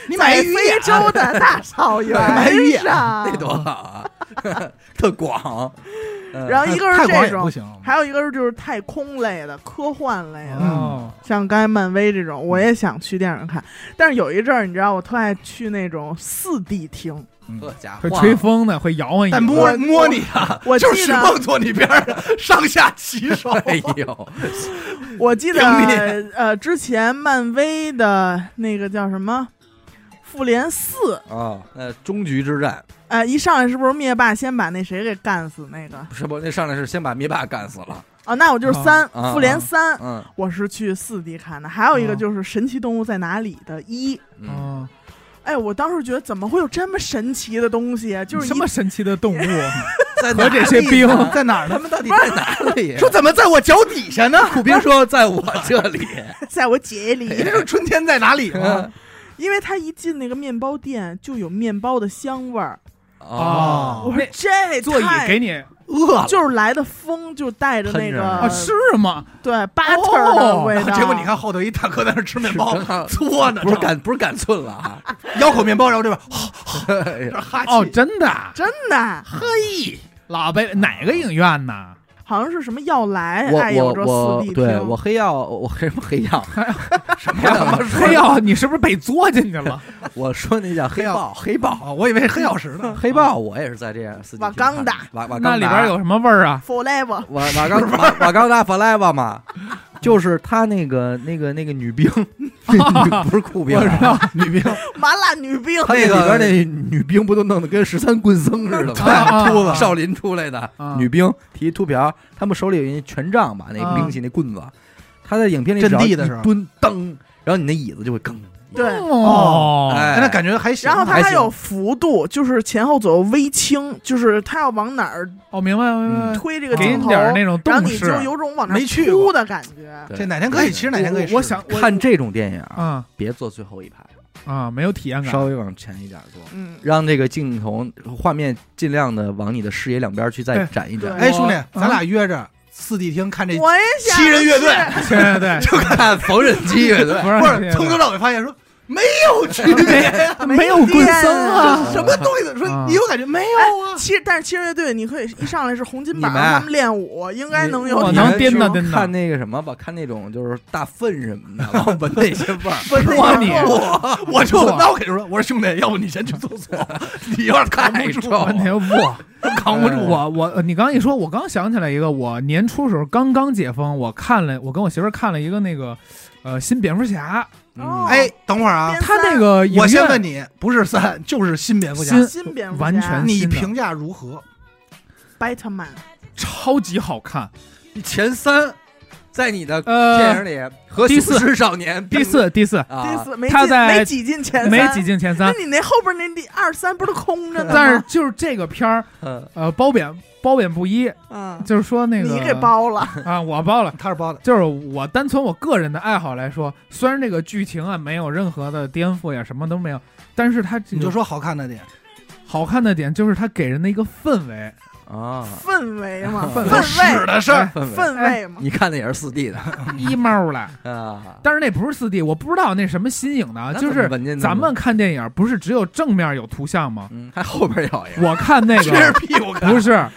你买
在
一鱼眼
非洲的大草
买鱼
原
眼
上，
那多好啊， 特广。嗯
然后一个是
太广
这
也不
种，
行，
还有一个是就是太空类的、科幻类的，
嗯
哦，
像刚才漫威这种，我也想去电影院看。但是有一阵儿，你知道，我特爱去那种四 D 厅，
嗯
这家伙
会吹风的，会摇晃你，
但摸摸你啊，
我记
就是许
得
梦坐你边上，上下其手。
哎呦，
我记得
经
呃，之前漫威的那个叫什么《复联四》，
啊，呃，终局之战
呃，一上来是不是灭霸先把那谁给干死那个？
不是不？那上来是先把灭霸干死了，
啊，那我就是
啊
三，
啊
复联三，
嗯
我是去四 D 看的。还有一个
啊
就是《神奇动物在哪里》的一。
嗯，
嗯，
哎，我当时觉得怎么会有这么神奇的东西啊？就是
哦什
一
么神奇的动物， 啊
在
和这些兵
在哪儿呢？
他们到底在哪里？
说怎么在我脚底下呢？
苦兵说在我这里，
在我记忆 里，
哎
你这是春天在哪里吗？
因为他一进那个面包店就有面包的香味儿，
啊
哦，
我说这
啊座椅
太
给
呃
你
饿了，
就是来的风就带着那
喷着
个、
啊
啊？是吗？哦
对 butter 的味道。
哦 结果你看后头一大哥在那吃面包
是真好，
嘬呢，
不是赶不是赶寸了啊，
咬口面包，然后这边
哎
这边哈
哦，
气，
真的啊，
真的
嘿，老贝哪个影院呢？
好像是什么要来，爱
我
有
我
这四
我
D
对
厅，
我黑曜，我黑什么黑 曜？什么
怎么啊
呀？
嘿呦，哎你是不是被作进去了？
我说那叫黑豹，黑豹，
啊，我以为是黑曜石 呢。
黑豹，我也是在这样四 D
瓦冈达
瓦瓦
那
冈
里
达
边有什么味儿啊？
forever
瓦瓦冈瓦瓦冈达 forever 嘛，就是他那个那个那个女 兵， 女不是酷兵啊，
我知道
女兵，
麻辣 女兵，
他那里边那女兵不都弄得跟十三棍僧似 的
啊
吗？
啊
秃子少林出来的
啊
女兵提一秃瓢，他们手里有一权杖吧，那
啊
兵器那棍子，他在影片里
阵
只要
地
一
的时候
蹲噔，然后你那椅子就会更。
对。
哦，
哎
哎，那感觉还行。
然后它
还
还
行
有幅度，就是前后左右微倾，就是它要往哪儿
哦，明白明白。
推这个
嗯
给
镜
你
头，
点儿那种
然后
动
你
势，
就有种往那儿
没去
扑
过
的感觉。
对
这哪天可以，
对
其实哪天可以试试。
我我想我
看这种电影啊，
啊
别坐最后一排，
啊，没有体验感。
稍微往前一点坐，
嗯，
让这个镜头画面尽量的往你的视野两边去再
对
展一展。
哎，兄弟
我，
咱俩约着四 D 厅看这，
我也想
七人乐队
去
对对对，
就看缝纫机乐队，
不是
不是从头到尾发现说有区别，
没有棍僧啊，
什么东西的？
啊
说你有感觉没有啊？
其实，但是哎七乐队，你可以一上来是红金
你
榜，
们啊
他们练武应该能有
我
你
能
们
颠
去
的颠的
看那个什么吧，看那种就是大粪什么 的，然后闻那些味儿。
不
是我你
我我就
哇
那我跟你说，我说兄弟，要不你先去厕所，你有点扛不住，
太
那个不，
哎
呃
扛不住。啊
我我你刚刚一说，我刚想起来一个，我年初时候刚刚解封，我看了，我跟我媳妇儿看了一个那个，呃，新蝙蝠侠，
哦
嗯
哎，等会儿啊，
他那个影
我先
院
问你，不是三就是新蝙蝠侠，
新
新蝙蝠侠
完全
你
新的
评价如何？
Batman
超级好看，
前三，在你的电
呃，
影里和
第
《消
四
失少年》
第四第四，
啊，
第四没
他
进
在
没挤进前三，
没挤进前
那
三，
你那后边那第二三不是空着呢吗？
但是就是这个片儿，
嗯
呃，褒贬褒贬不一，
嗯，
就是说那个
你给包了，
啊，我包了。
他是包的，
就是我单从我个人的爱好来说，虽然这个剧情啊没有任何的颠覆呀，什么都没有，但是它这
你就
个
说好看的点，
好看的点就是它给人的一个氛围，
啊，
氛围嘛，
氛围哎
氛
屎
围，
的事儿。
氛围
氛围嘛，
你看的也是四 D 的
一猫了。
啊，
但是那不是四 D，我不知道那什么新颖的啊，
那
就
怎么
是
闻见的
咱
呢
们看电影不是只有正面有图像吗？
嗯，还后边有一 个
我 看那
撅着
个
屁股看，
不是，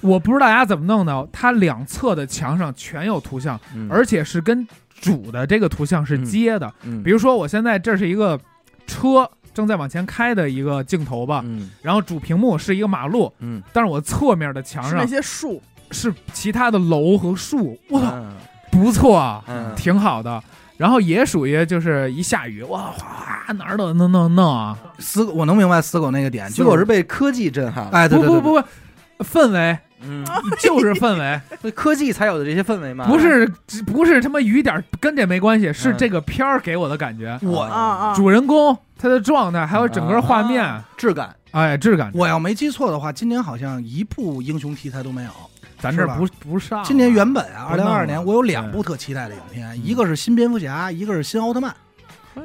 我不知道大家怎么弄的，它两侧的墙上全有图像，
嗯
而且是跟主的这个图像是
嗯
接的。
嗯
比如说我现在这是一个车正在往前开的一个镜头吧，
嗯
然后主屏幕是一个马路，
嗯，
但是我侧面的墙
是那
上
些树，
是其他的楼和树，我操，
嗯
不错啊，
嗯
挺好的。然后也属于就是一下雨，哇哗哗哪儿都弄弄弄啊！
死狗，我能明白死狗那个点，
结
就
果是被科技震撼了，
哎，对
不
对
不
对，
不不，氛围
嗯，
就是 氛围，
所以科技才有的这些氛围嘛，
不是不是他妈雨点儿跟这没关系，
嗯
是这个片儿给我的感觉，
我
啊
啊啊，
主人公他的状态，还有整
啊
个画面，
质感，
哎，质感，
我要没记错的话，今年好像一部英雄题材都没有。
咱这
是吧
不不上啊。
今年原本啊，
不
二
弄
零
了
二二年我有两部特期待的影片，一个是新蝙蝠侠，一个是新奥特曼。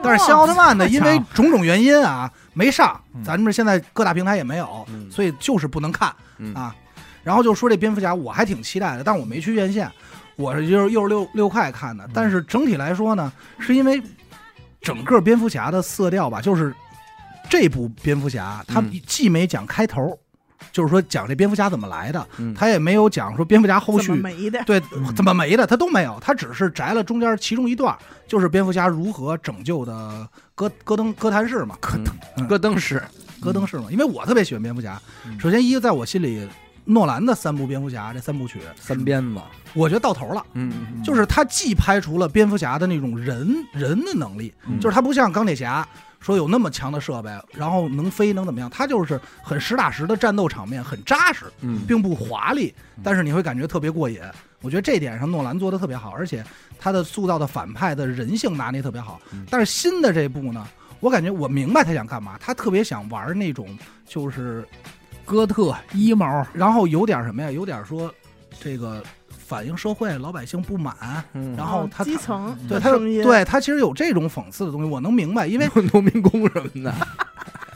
但是新奥
哦
特曼呢，
太
因
强了
为种种原因啊，没上
嗯，
咱们现在各大平台也没有，
嗯
所以就是不能看
嗯
啊。然后就说这蝙蝠侠，我还挺期待的，但我没去院线，我是就是又是六六块看的
嗯。
但是整体来说呢，是因为整个蝙蝠侠的色调吧，就是这部蝙蝠侠，他
嗯
既没讲开头，就是说讲这蝙蝠侠怎么来的，
嗯
他也没有讲说蝙蝠侠后
怎么
续
没的，
对
嗯
怎么没的，他都没有，他只是摘了中间其中一段，就是蝙蝠侠如何拯救的戈戈登哥谭市嘛，
嗯戈登式，
戈登市嘛。因为我特别喜欢蝙蝠侠，
嗯
首先一个在我心里，诺兰的三部蝙蝠侠这三部曲，
三鞭子，
我觉得到头了。
嗯
嗯
就是他既拍除了蝙蝠侠的那种人人的能力，
嗯
就是他不像钢铁侠说有那么强的设备，然后能飞能怎么样，他就是很实打实的战斗场面，很扎实。
嗯
并不华丽
嗯，
但是你会感觉特别过瘾。我觉得这点上诺兰做的特别好，而且他的塑造的反派的人性拿捏特别好
嗯。
但是新的这部呢，我感觉我明白他想干嘛，他特别想玩那种就是，
哥特一毛，
然后有点什么呀，有点说这个反映社会老百姓不满，
嗯
然后他
哦基层
对
的
他有
声音，
对他其实有这种讽刺的东西，我能明白，因为
农民工什么的，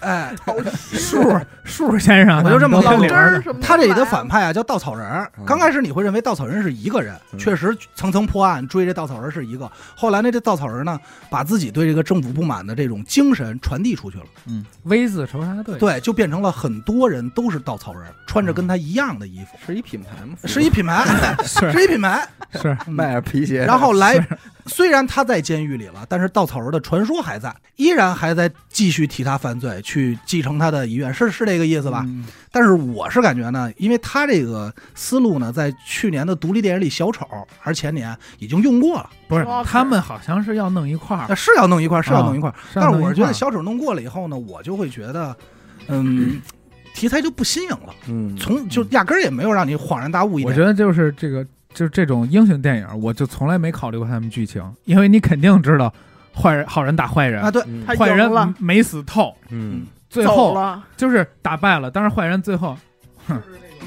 哎，
树 树先生，
我就这么
咱们
唠
老
都领
根
着呢
儿什么，
他这里的反，派啊叫稻草人儿
嗯。
刚开始你会认为稻草人是一个人，
嗯
确实层层破案追这稻草人是一个。后来呢，这稻草人呢，把自己对这个政府不满的这种精神传递出去了，
嗯，V 字仇杀队，
对，就变成了很多人都是稻草人，穿着跟他一样的衣服，
是一品牌吗？
是一品牌，
是
是一品牌。
是，
嗯
嗯 卖点皮鞋，
然后来，虽然他在监狱里了，但是稻草人的传说还在，依然还在继续替他犯罪，去继承他的遗愿，是是这个意思吧？
嗯？
但是我是感觉呢，因为他这个思路呢，在去年的独立电影里，小丑还是前年已经用过了，
不是
说，
他们好像是要弄一块儿，
是要弄一块儿，是要弄一块儿。
啊是要
但
弄
是我
一
觉
块儿
得小丑弄过了以后呢，我就会觉得， 嗯，题材就不新颖了，
嗯，
从就压根儿也没有让你恍然大悟一
我
点。
觉得就是这个，就是这种英雄电影，我就从来没考虑过他们剧情，因为你肯定知道坏人好人打坏人，
啊，对，
嗯
他
坏人
赢了
没死透，
嗯
最
走
后
了，
就是打败了，但是坏人最后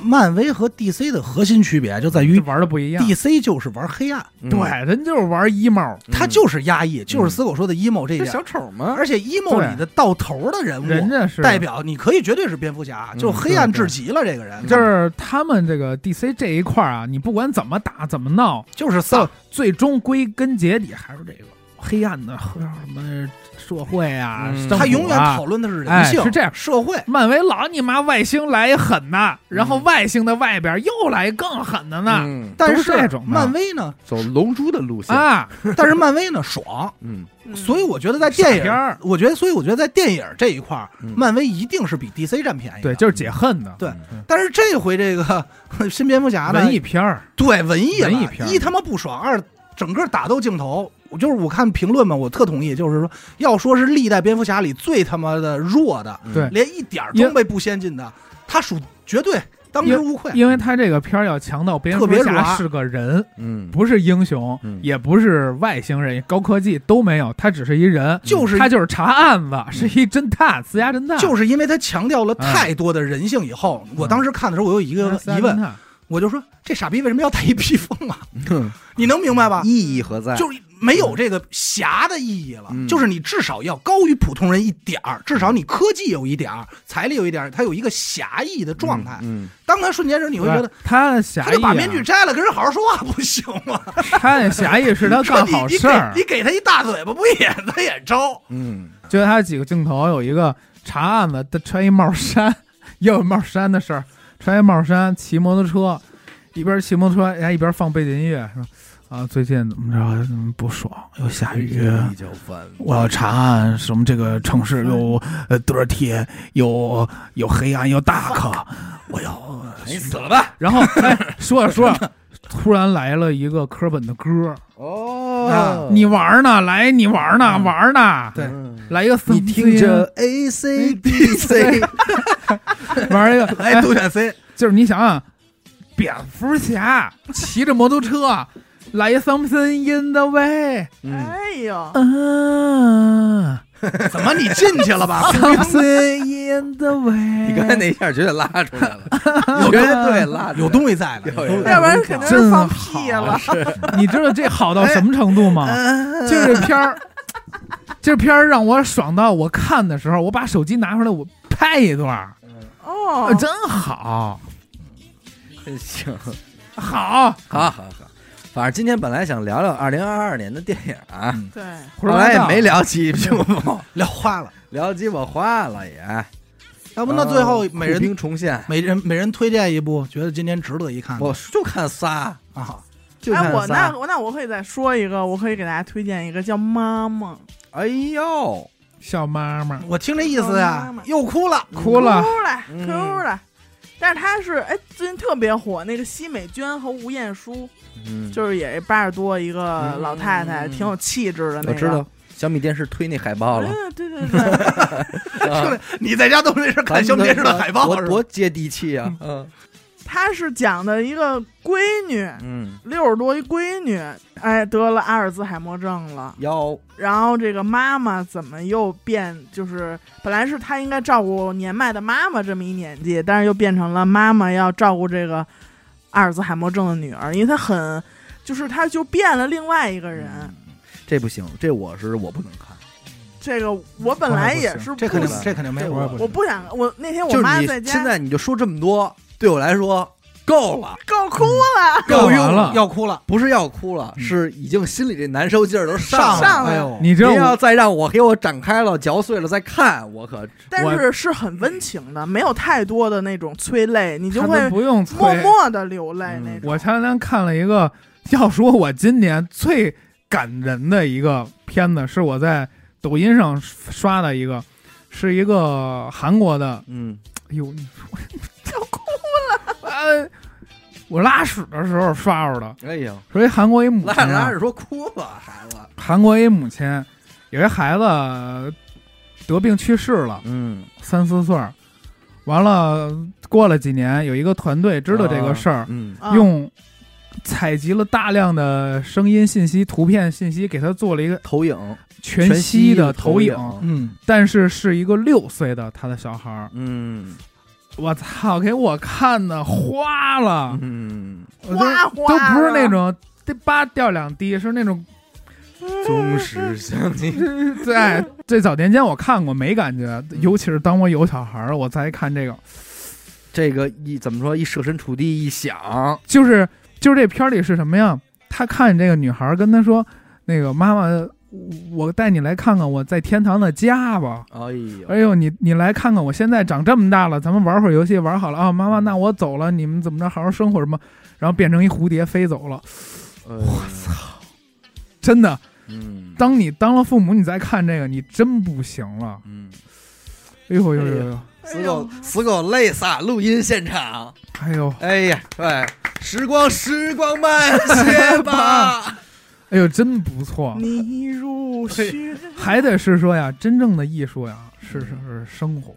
漫威和 DC 的核心区别就在
就
于
玩的不一样。
，DC 就是玩黑暗，
嗯
对，人就是玩一毛，
他就是压抑，就是死狗说的 emo 这一
这
点
小。丑吗？
而且 emo 里的到头的人
啊人
物
家是
代表，你可以绝对是蝙蝠侠，
嗯
就黑暗
对对
至极了。这个人
就是他们这个 DC 这一块儿啊，你不管怎么打怎么闹，
就是丧
最终归根结底还是这个黑暗的和什么社会啊，
嗯
政府啊
他永远讨论的是人性，
哎是这样
社会。
漫威老你妈外星来一狠的，
嗯
然后外星的外边又来更狠的呢，
嗯，
但
都是这种的
漫威 呢？
走龙珠的
嗯哎
路线，
啊，
但是漫威呢爽，
嗯，
所以我觉得在电
傻片
影
儿，
我觉得，所以我觉得在电影这一块儿，
嗯
漫威一定是比 DC 占便宜的。
对，就是解恨的，
对
嗯
但是这回这个 新蝙蝠侠呢，
文艺片儿，
对文艺了
文艺片儿
一他妈不爽，二整个打斗镜头，我就是我看评论嘛，我特同意，就是说要说是历代蝙蝠侠里最他妈的弱的，
嗯
对
连一点儿
因
装备不先进的，他属绝对当之无愧。
因为他这个片儿要强调蝙蝠
特别
侠
软
是个人，
嗯，
不是英雄
嗯，
也不是外星人，高科技都没有，他只是一人，
就是
他就是查案子，是一侦探，私家侦探，
就是是因为他强调了太多的人性以后，我当时看的时候，我有一个疑问，，我就说这傻逼为什么要带一披风啊？你能明白吧？
啊意义何在？
就是没有这个侠的意义了
嗯，
就是你至少要高于普通人一点儿，至少你科技有一点儿，财力有一点儿，他有一个侠义的状态。
嗯，
当他瞬间时候，你
你
会觉得
他的侠
他
义
就
啊，
把面具摘了，跟人好好说话不行吗？
他的侠义
啊
是他干好
你你
事
给
儿
你，给他一大嘴巴，不也他也招？
嗯，
就他几个镜头有一个查案子，他穿一帽衫，又有帽衫的事儿，穿一帽衫骑摩托车，一边骑摩托车，人哎家一边放背景音乐，说啊最近怎么着嗯不爽，又
哎
下雨，
叫翻
我要查案，什么这个城市又呃 dirty，又有黑暗，又 dark，我要。
你死了吧！
然后哎，说着说着，突然来了一个科本的歌，
哦，
啊你玩儿呢？来，你玩儿呢？玩儿呢？
啊对
嗯
来一个四
你
分之
听
一
着 A C B C，
玩 儿一个，
哎，杜选 C，
就是你想想，蝙蝠侠骑着摩托车， 来 something in the way，
嗯，
哎呦，
嗯、
啊
怎么你进去了吧？
s o m e t h i n g in the way。
你刚才那一下绝对拉出来 了，绝对拉出来了
有东西在了，
有
有东西在
要不然肯定是放屁了。
你知道这好到什么程度
哎
吗？
啊
就这片儿， 这片儿让我爽到我看的时候，我把手机拿出来，我拍一段儿，
嗯
哦
呃，真好，
哎行，
好。
好好好，反正今天本来想聊聊二零二二年的电影啊，
嗯
对，
胡说
后
八
来也
道
啊
没聊 鸡我
聊花了。
聊鸡我花了也。
要不那最后
啊
每
酷
人
评重现，
每人每人推荐一部，觉得今天值得一看的
我就看仨，
啊。
就
哎，
看
我那
仨。
我那我可以再说一个，我可以给大家推荐一个叫《妈妈》，
哎呦，
笑妈妈，
我听这意思呀
妈妈，
又哭了。
哭了
哭了
嗯
哭了。但是他是哎，最近特别火，那个奚美娟和吴彦姝，
嗯，
就是也八十多一个
嗯
老太太，挺有气质的那个。
我知道小米电视推那海报了，
嗯，对对对，
啊
兄弟，你在家都没事看
咱
小
们
米电视的海报
多
是吧？
多接地气啊！嗯
她是讲的一个闺女，
嗯，
六十多一闺女，哎，得了阿尔兹海默症了。
腰
然后这个妈妈怎么又变，就是本来是她应该照顾年迈的妈妈这么一年纪，但是又变成了妈妈要照顾这个阿尔兹海默症的女儿，因为她很，就是她就变了另外一个人。
嗯
这不行，这我是我不能看。
这个我本来也是
这肯
不
定
想
嗯这肯定没有
我也不
我不想，我那天我
就是
妈
你
在家
现在你就说这么多，对我来说够了，
够哭了，
干
要
完
啊用
了
要哭了，
啊不是要哭了，
嗯
是已经心里这难受劲儿都上
了，
上
哎
来了
呦，
你知道
您
我
要再让我给我展开了、嚼碎了再看，我可
但是是很温情的，没有太多的那种催泪，你就
他
会
们不用
默
催。
默的流泪
嗯
那种。
我前两天看了一个，要说我今年最感人的一个片子，是我在抖音上刷的一个，是一个韩国的。
嗯
哎呦，你说 要哭了。呃，我拉屎的时候刷着的，
哎呀，
说一韩国一母
拉
亲
着
啊、
拉着说哭吧，孩子，
韩国一母亲有一孩子呃得病去世了，
嗯
三四岁儿，完了过了几年，有一个团队知道这个事儿，
嗯
啊
用采集了大量的声音信息、图片信息，给他做了一个
投影
全息的投影，
嗯，
但是是一个六岁的他的小孩儿。
嗯
我操，给我看的花了，
嗯，
我都
啊哗哗
都不是那
的
种滴吧掉两滴，是那种
忠实相亲，
对，最早年间我看过没感觉，尤其是当我有小孩儿，我再看这个，
这个一怎么说一设身处地一想，
就是就是这片儿里是什么呀？他看这个女孩儿跟他说，那个妈妈我带你来看看我在天堂的家吧。
哎呦，
哎呦，你你来看看，我现在长这么大了，咱们玩会儿游戏，玩好了啊，妈妈，那我走了，你们怎么着，好好生活什么，然后变成一蝴蝶飞走了，
我操，
真的，
嗯，
当你当了父母，你再看这个，你真不行了，
嗯，
哎呦呦呦呦，
哎
死狗死狗累死啊，录音现场，
哎呦
哎呀，对，时光时光慢些 吧，
哎呦，真不错，
你如雪，
还得是说呀，真正的艺术呀，
嗯
是是是生活，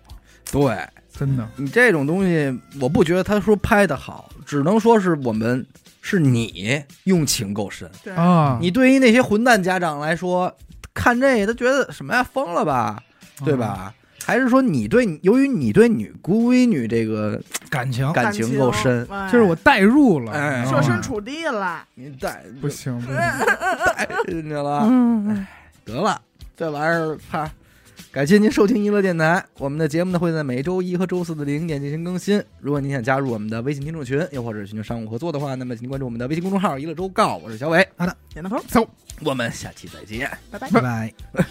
对。
真的，
你这种东西，我不觉得他说拍的好，只能说是我们是你用情够深。
对，
啊，
你对于那些混蛋家长来说，看这他觉得什么呀，疯了吧，
啊
对
嗯
吧？还是说你对，由于你对女闺女这个
感
哦
情
感情够深，
哎
嗯？就是我代入了，
哎
你知道
设
吗
身处嗯地了，
你带
不行，不行
带进去 了，
嗯，
得了，这玩意儿怕。感谢您收听娱乐电台，我们的节目呢会在每周一和周四的零点进行更新。如果您想加入我们的微信听众群，又或者是寻求商务合作的话，那么请您关注我们的微信公众号“娱乐周告”。我是小伟，
点个头，
我们下期再见。
拜拜。
拜拜。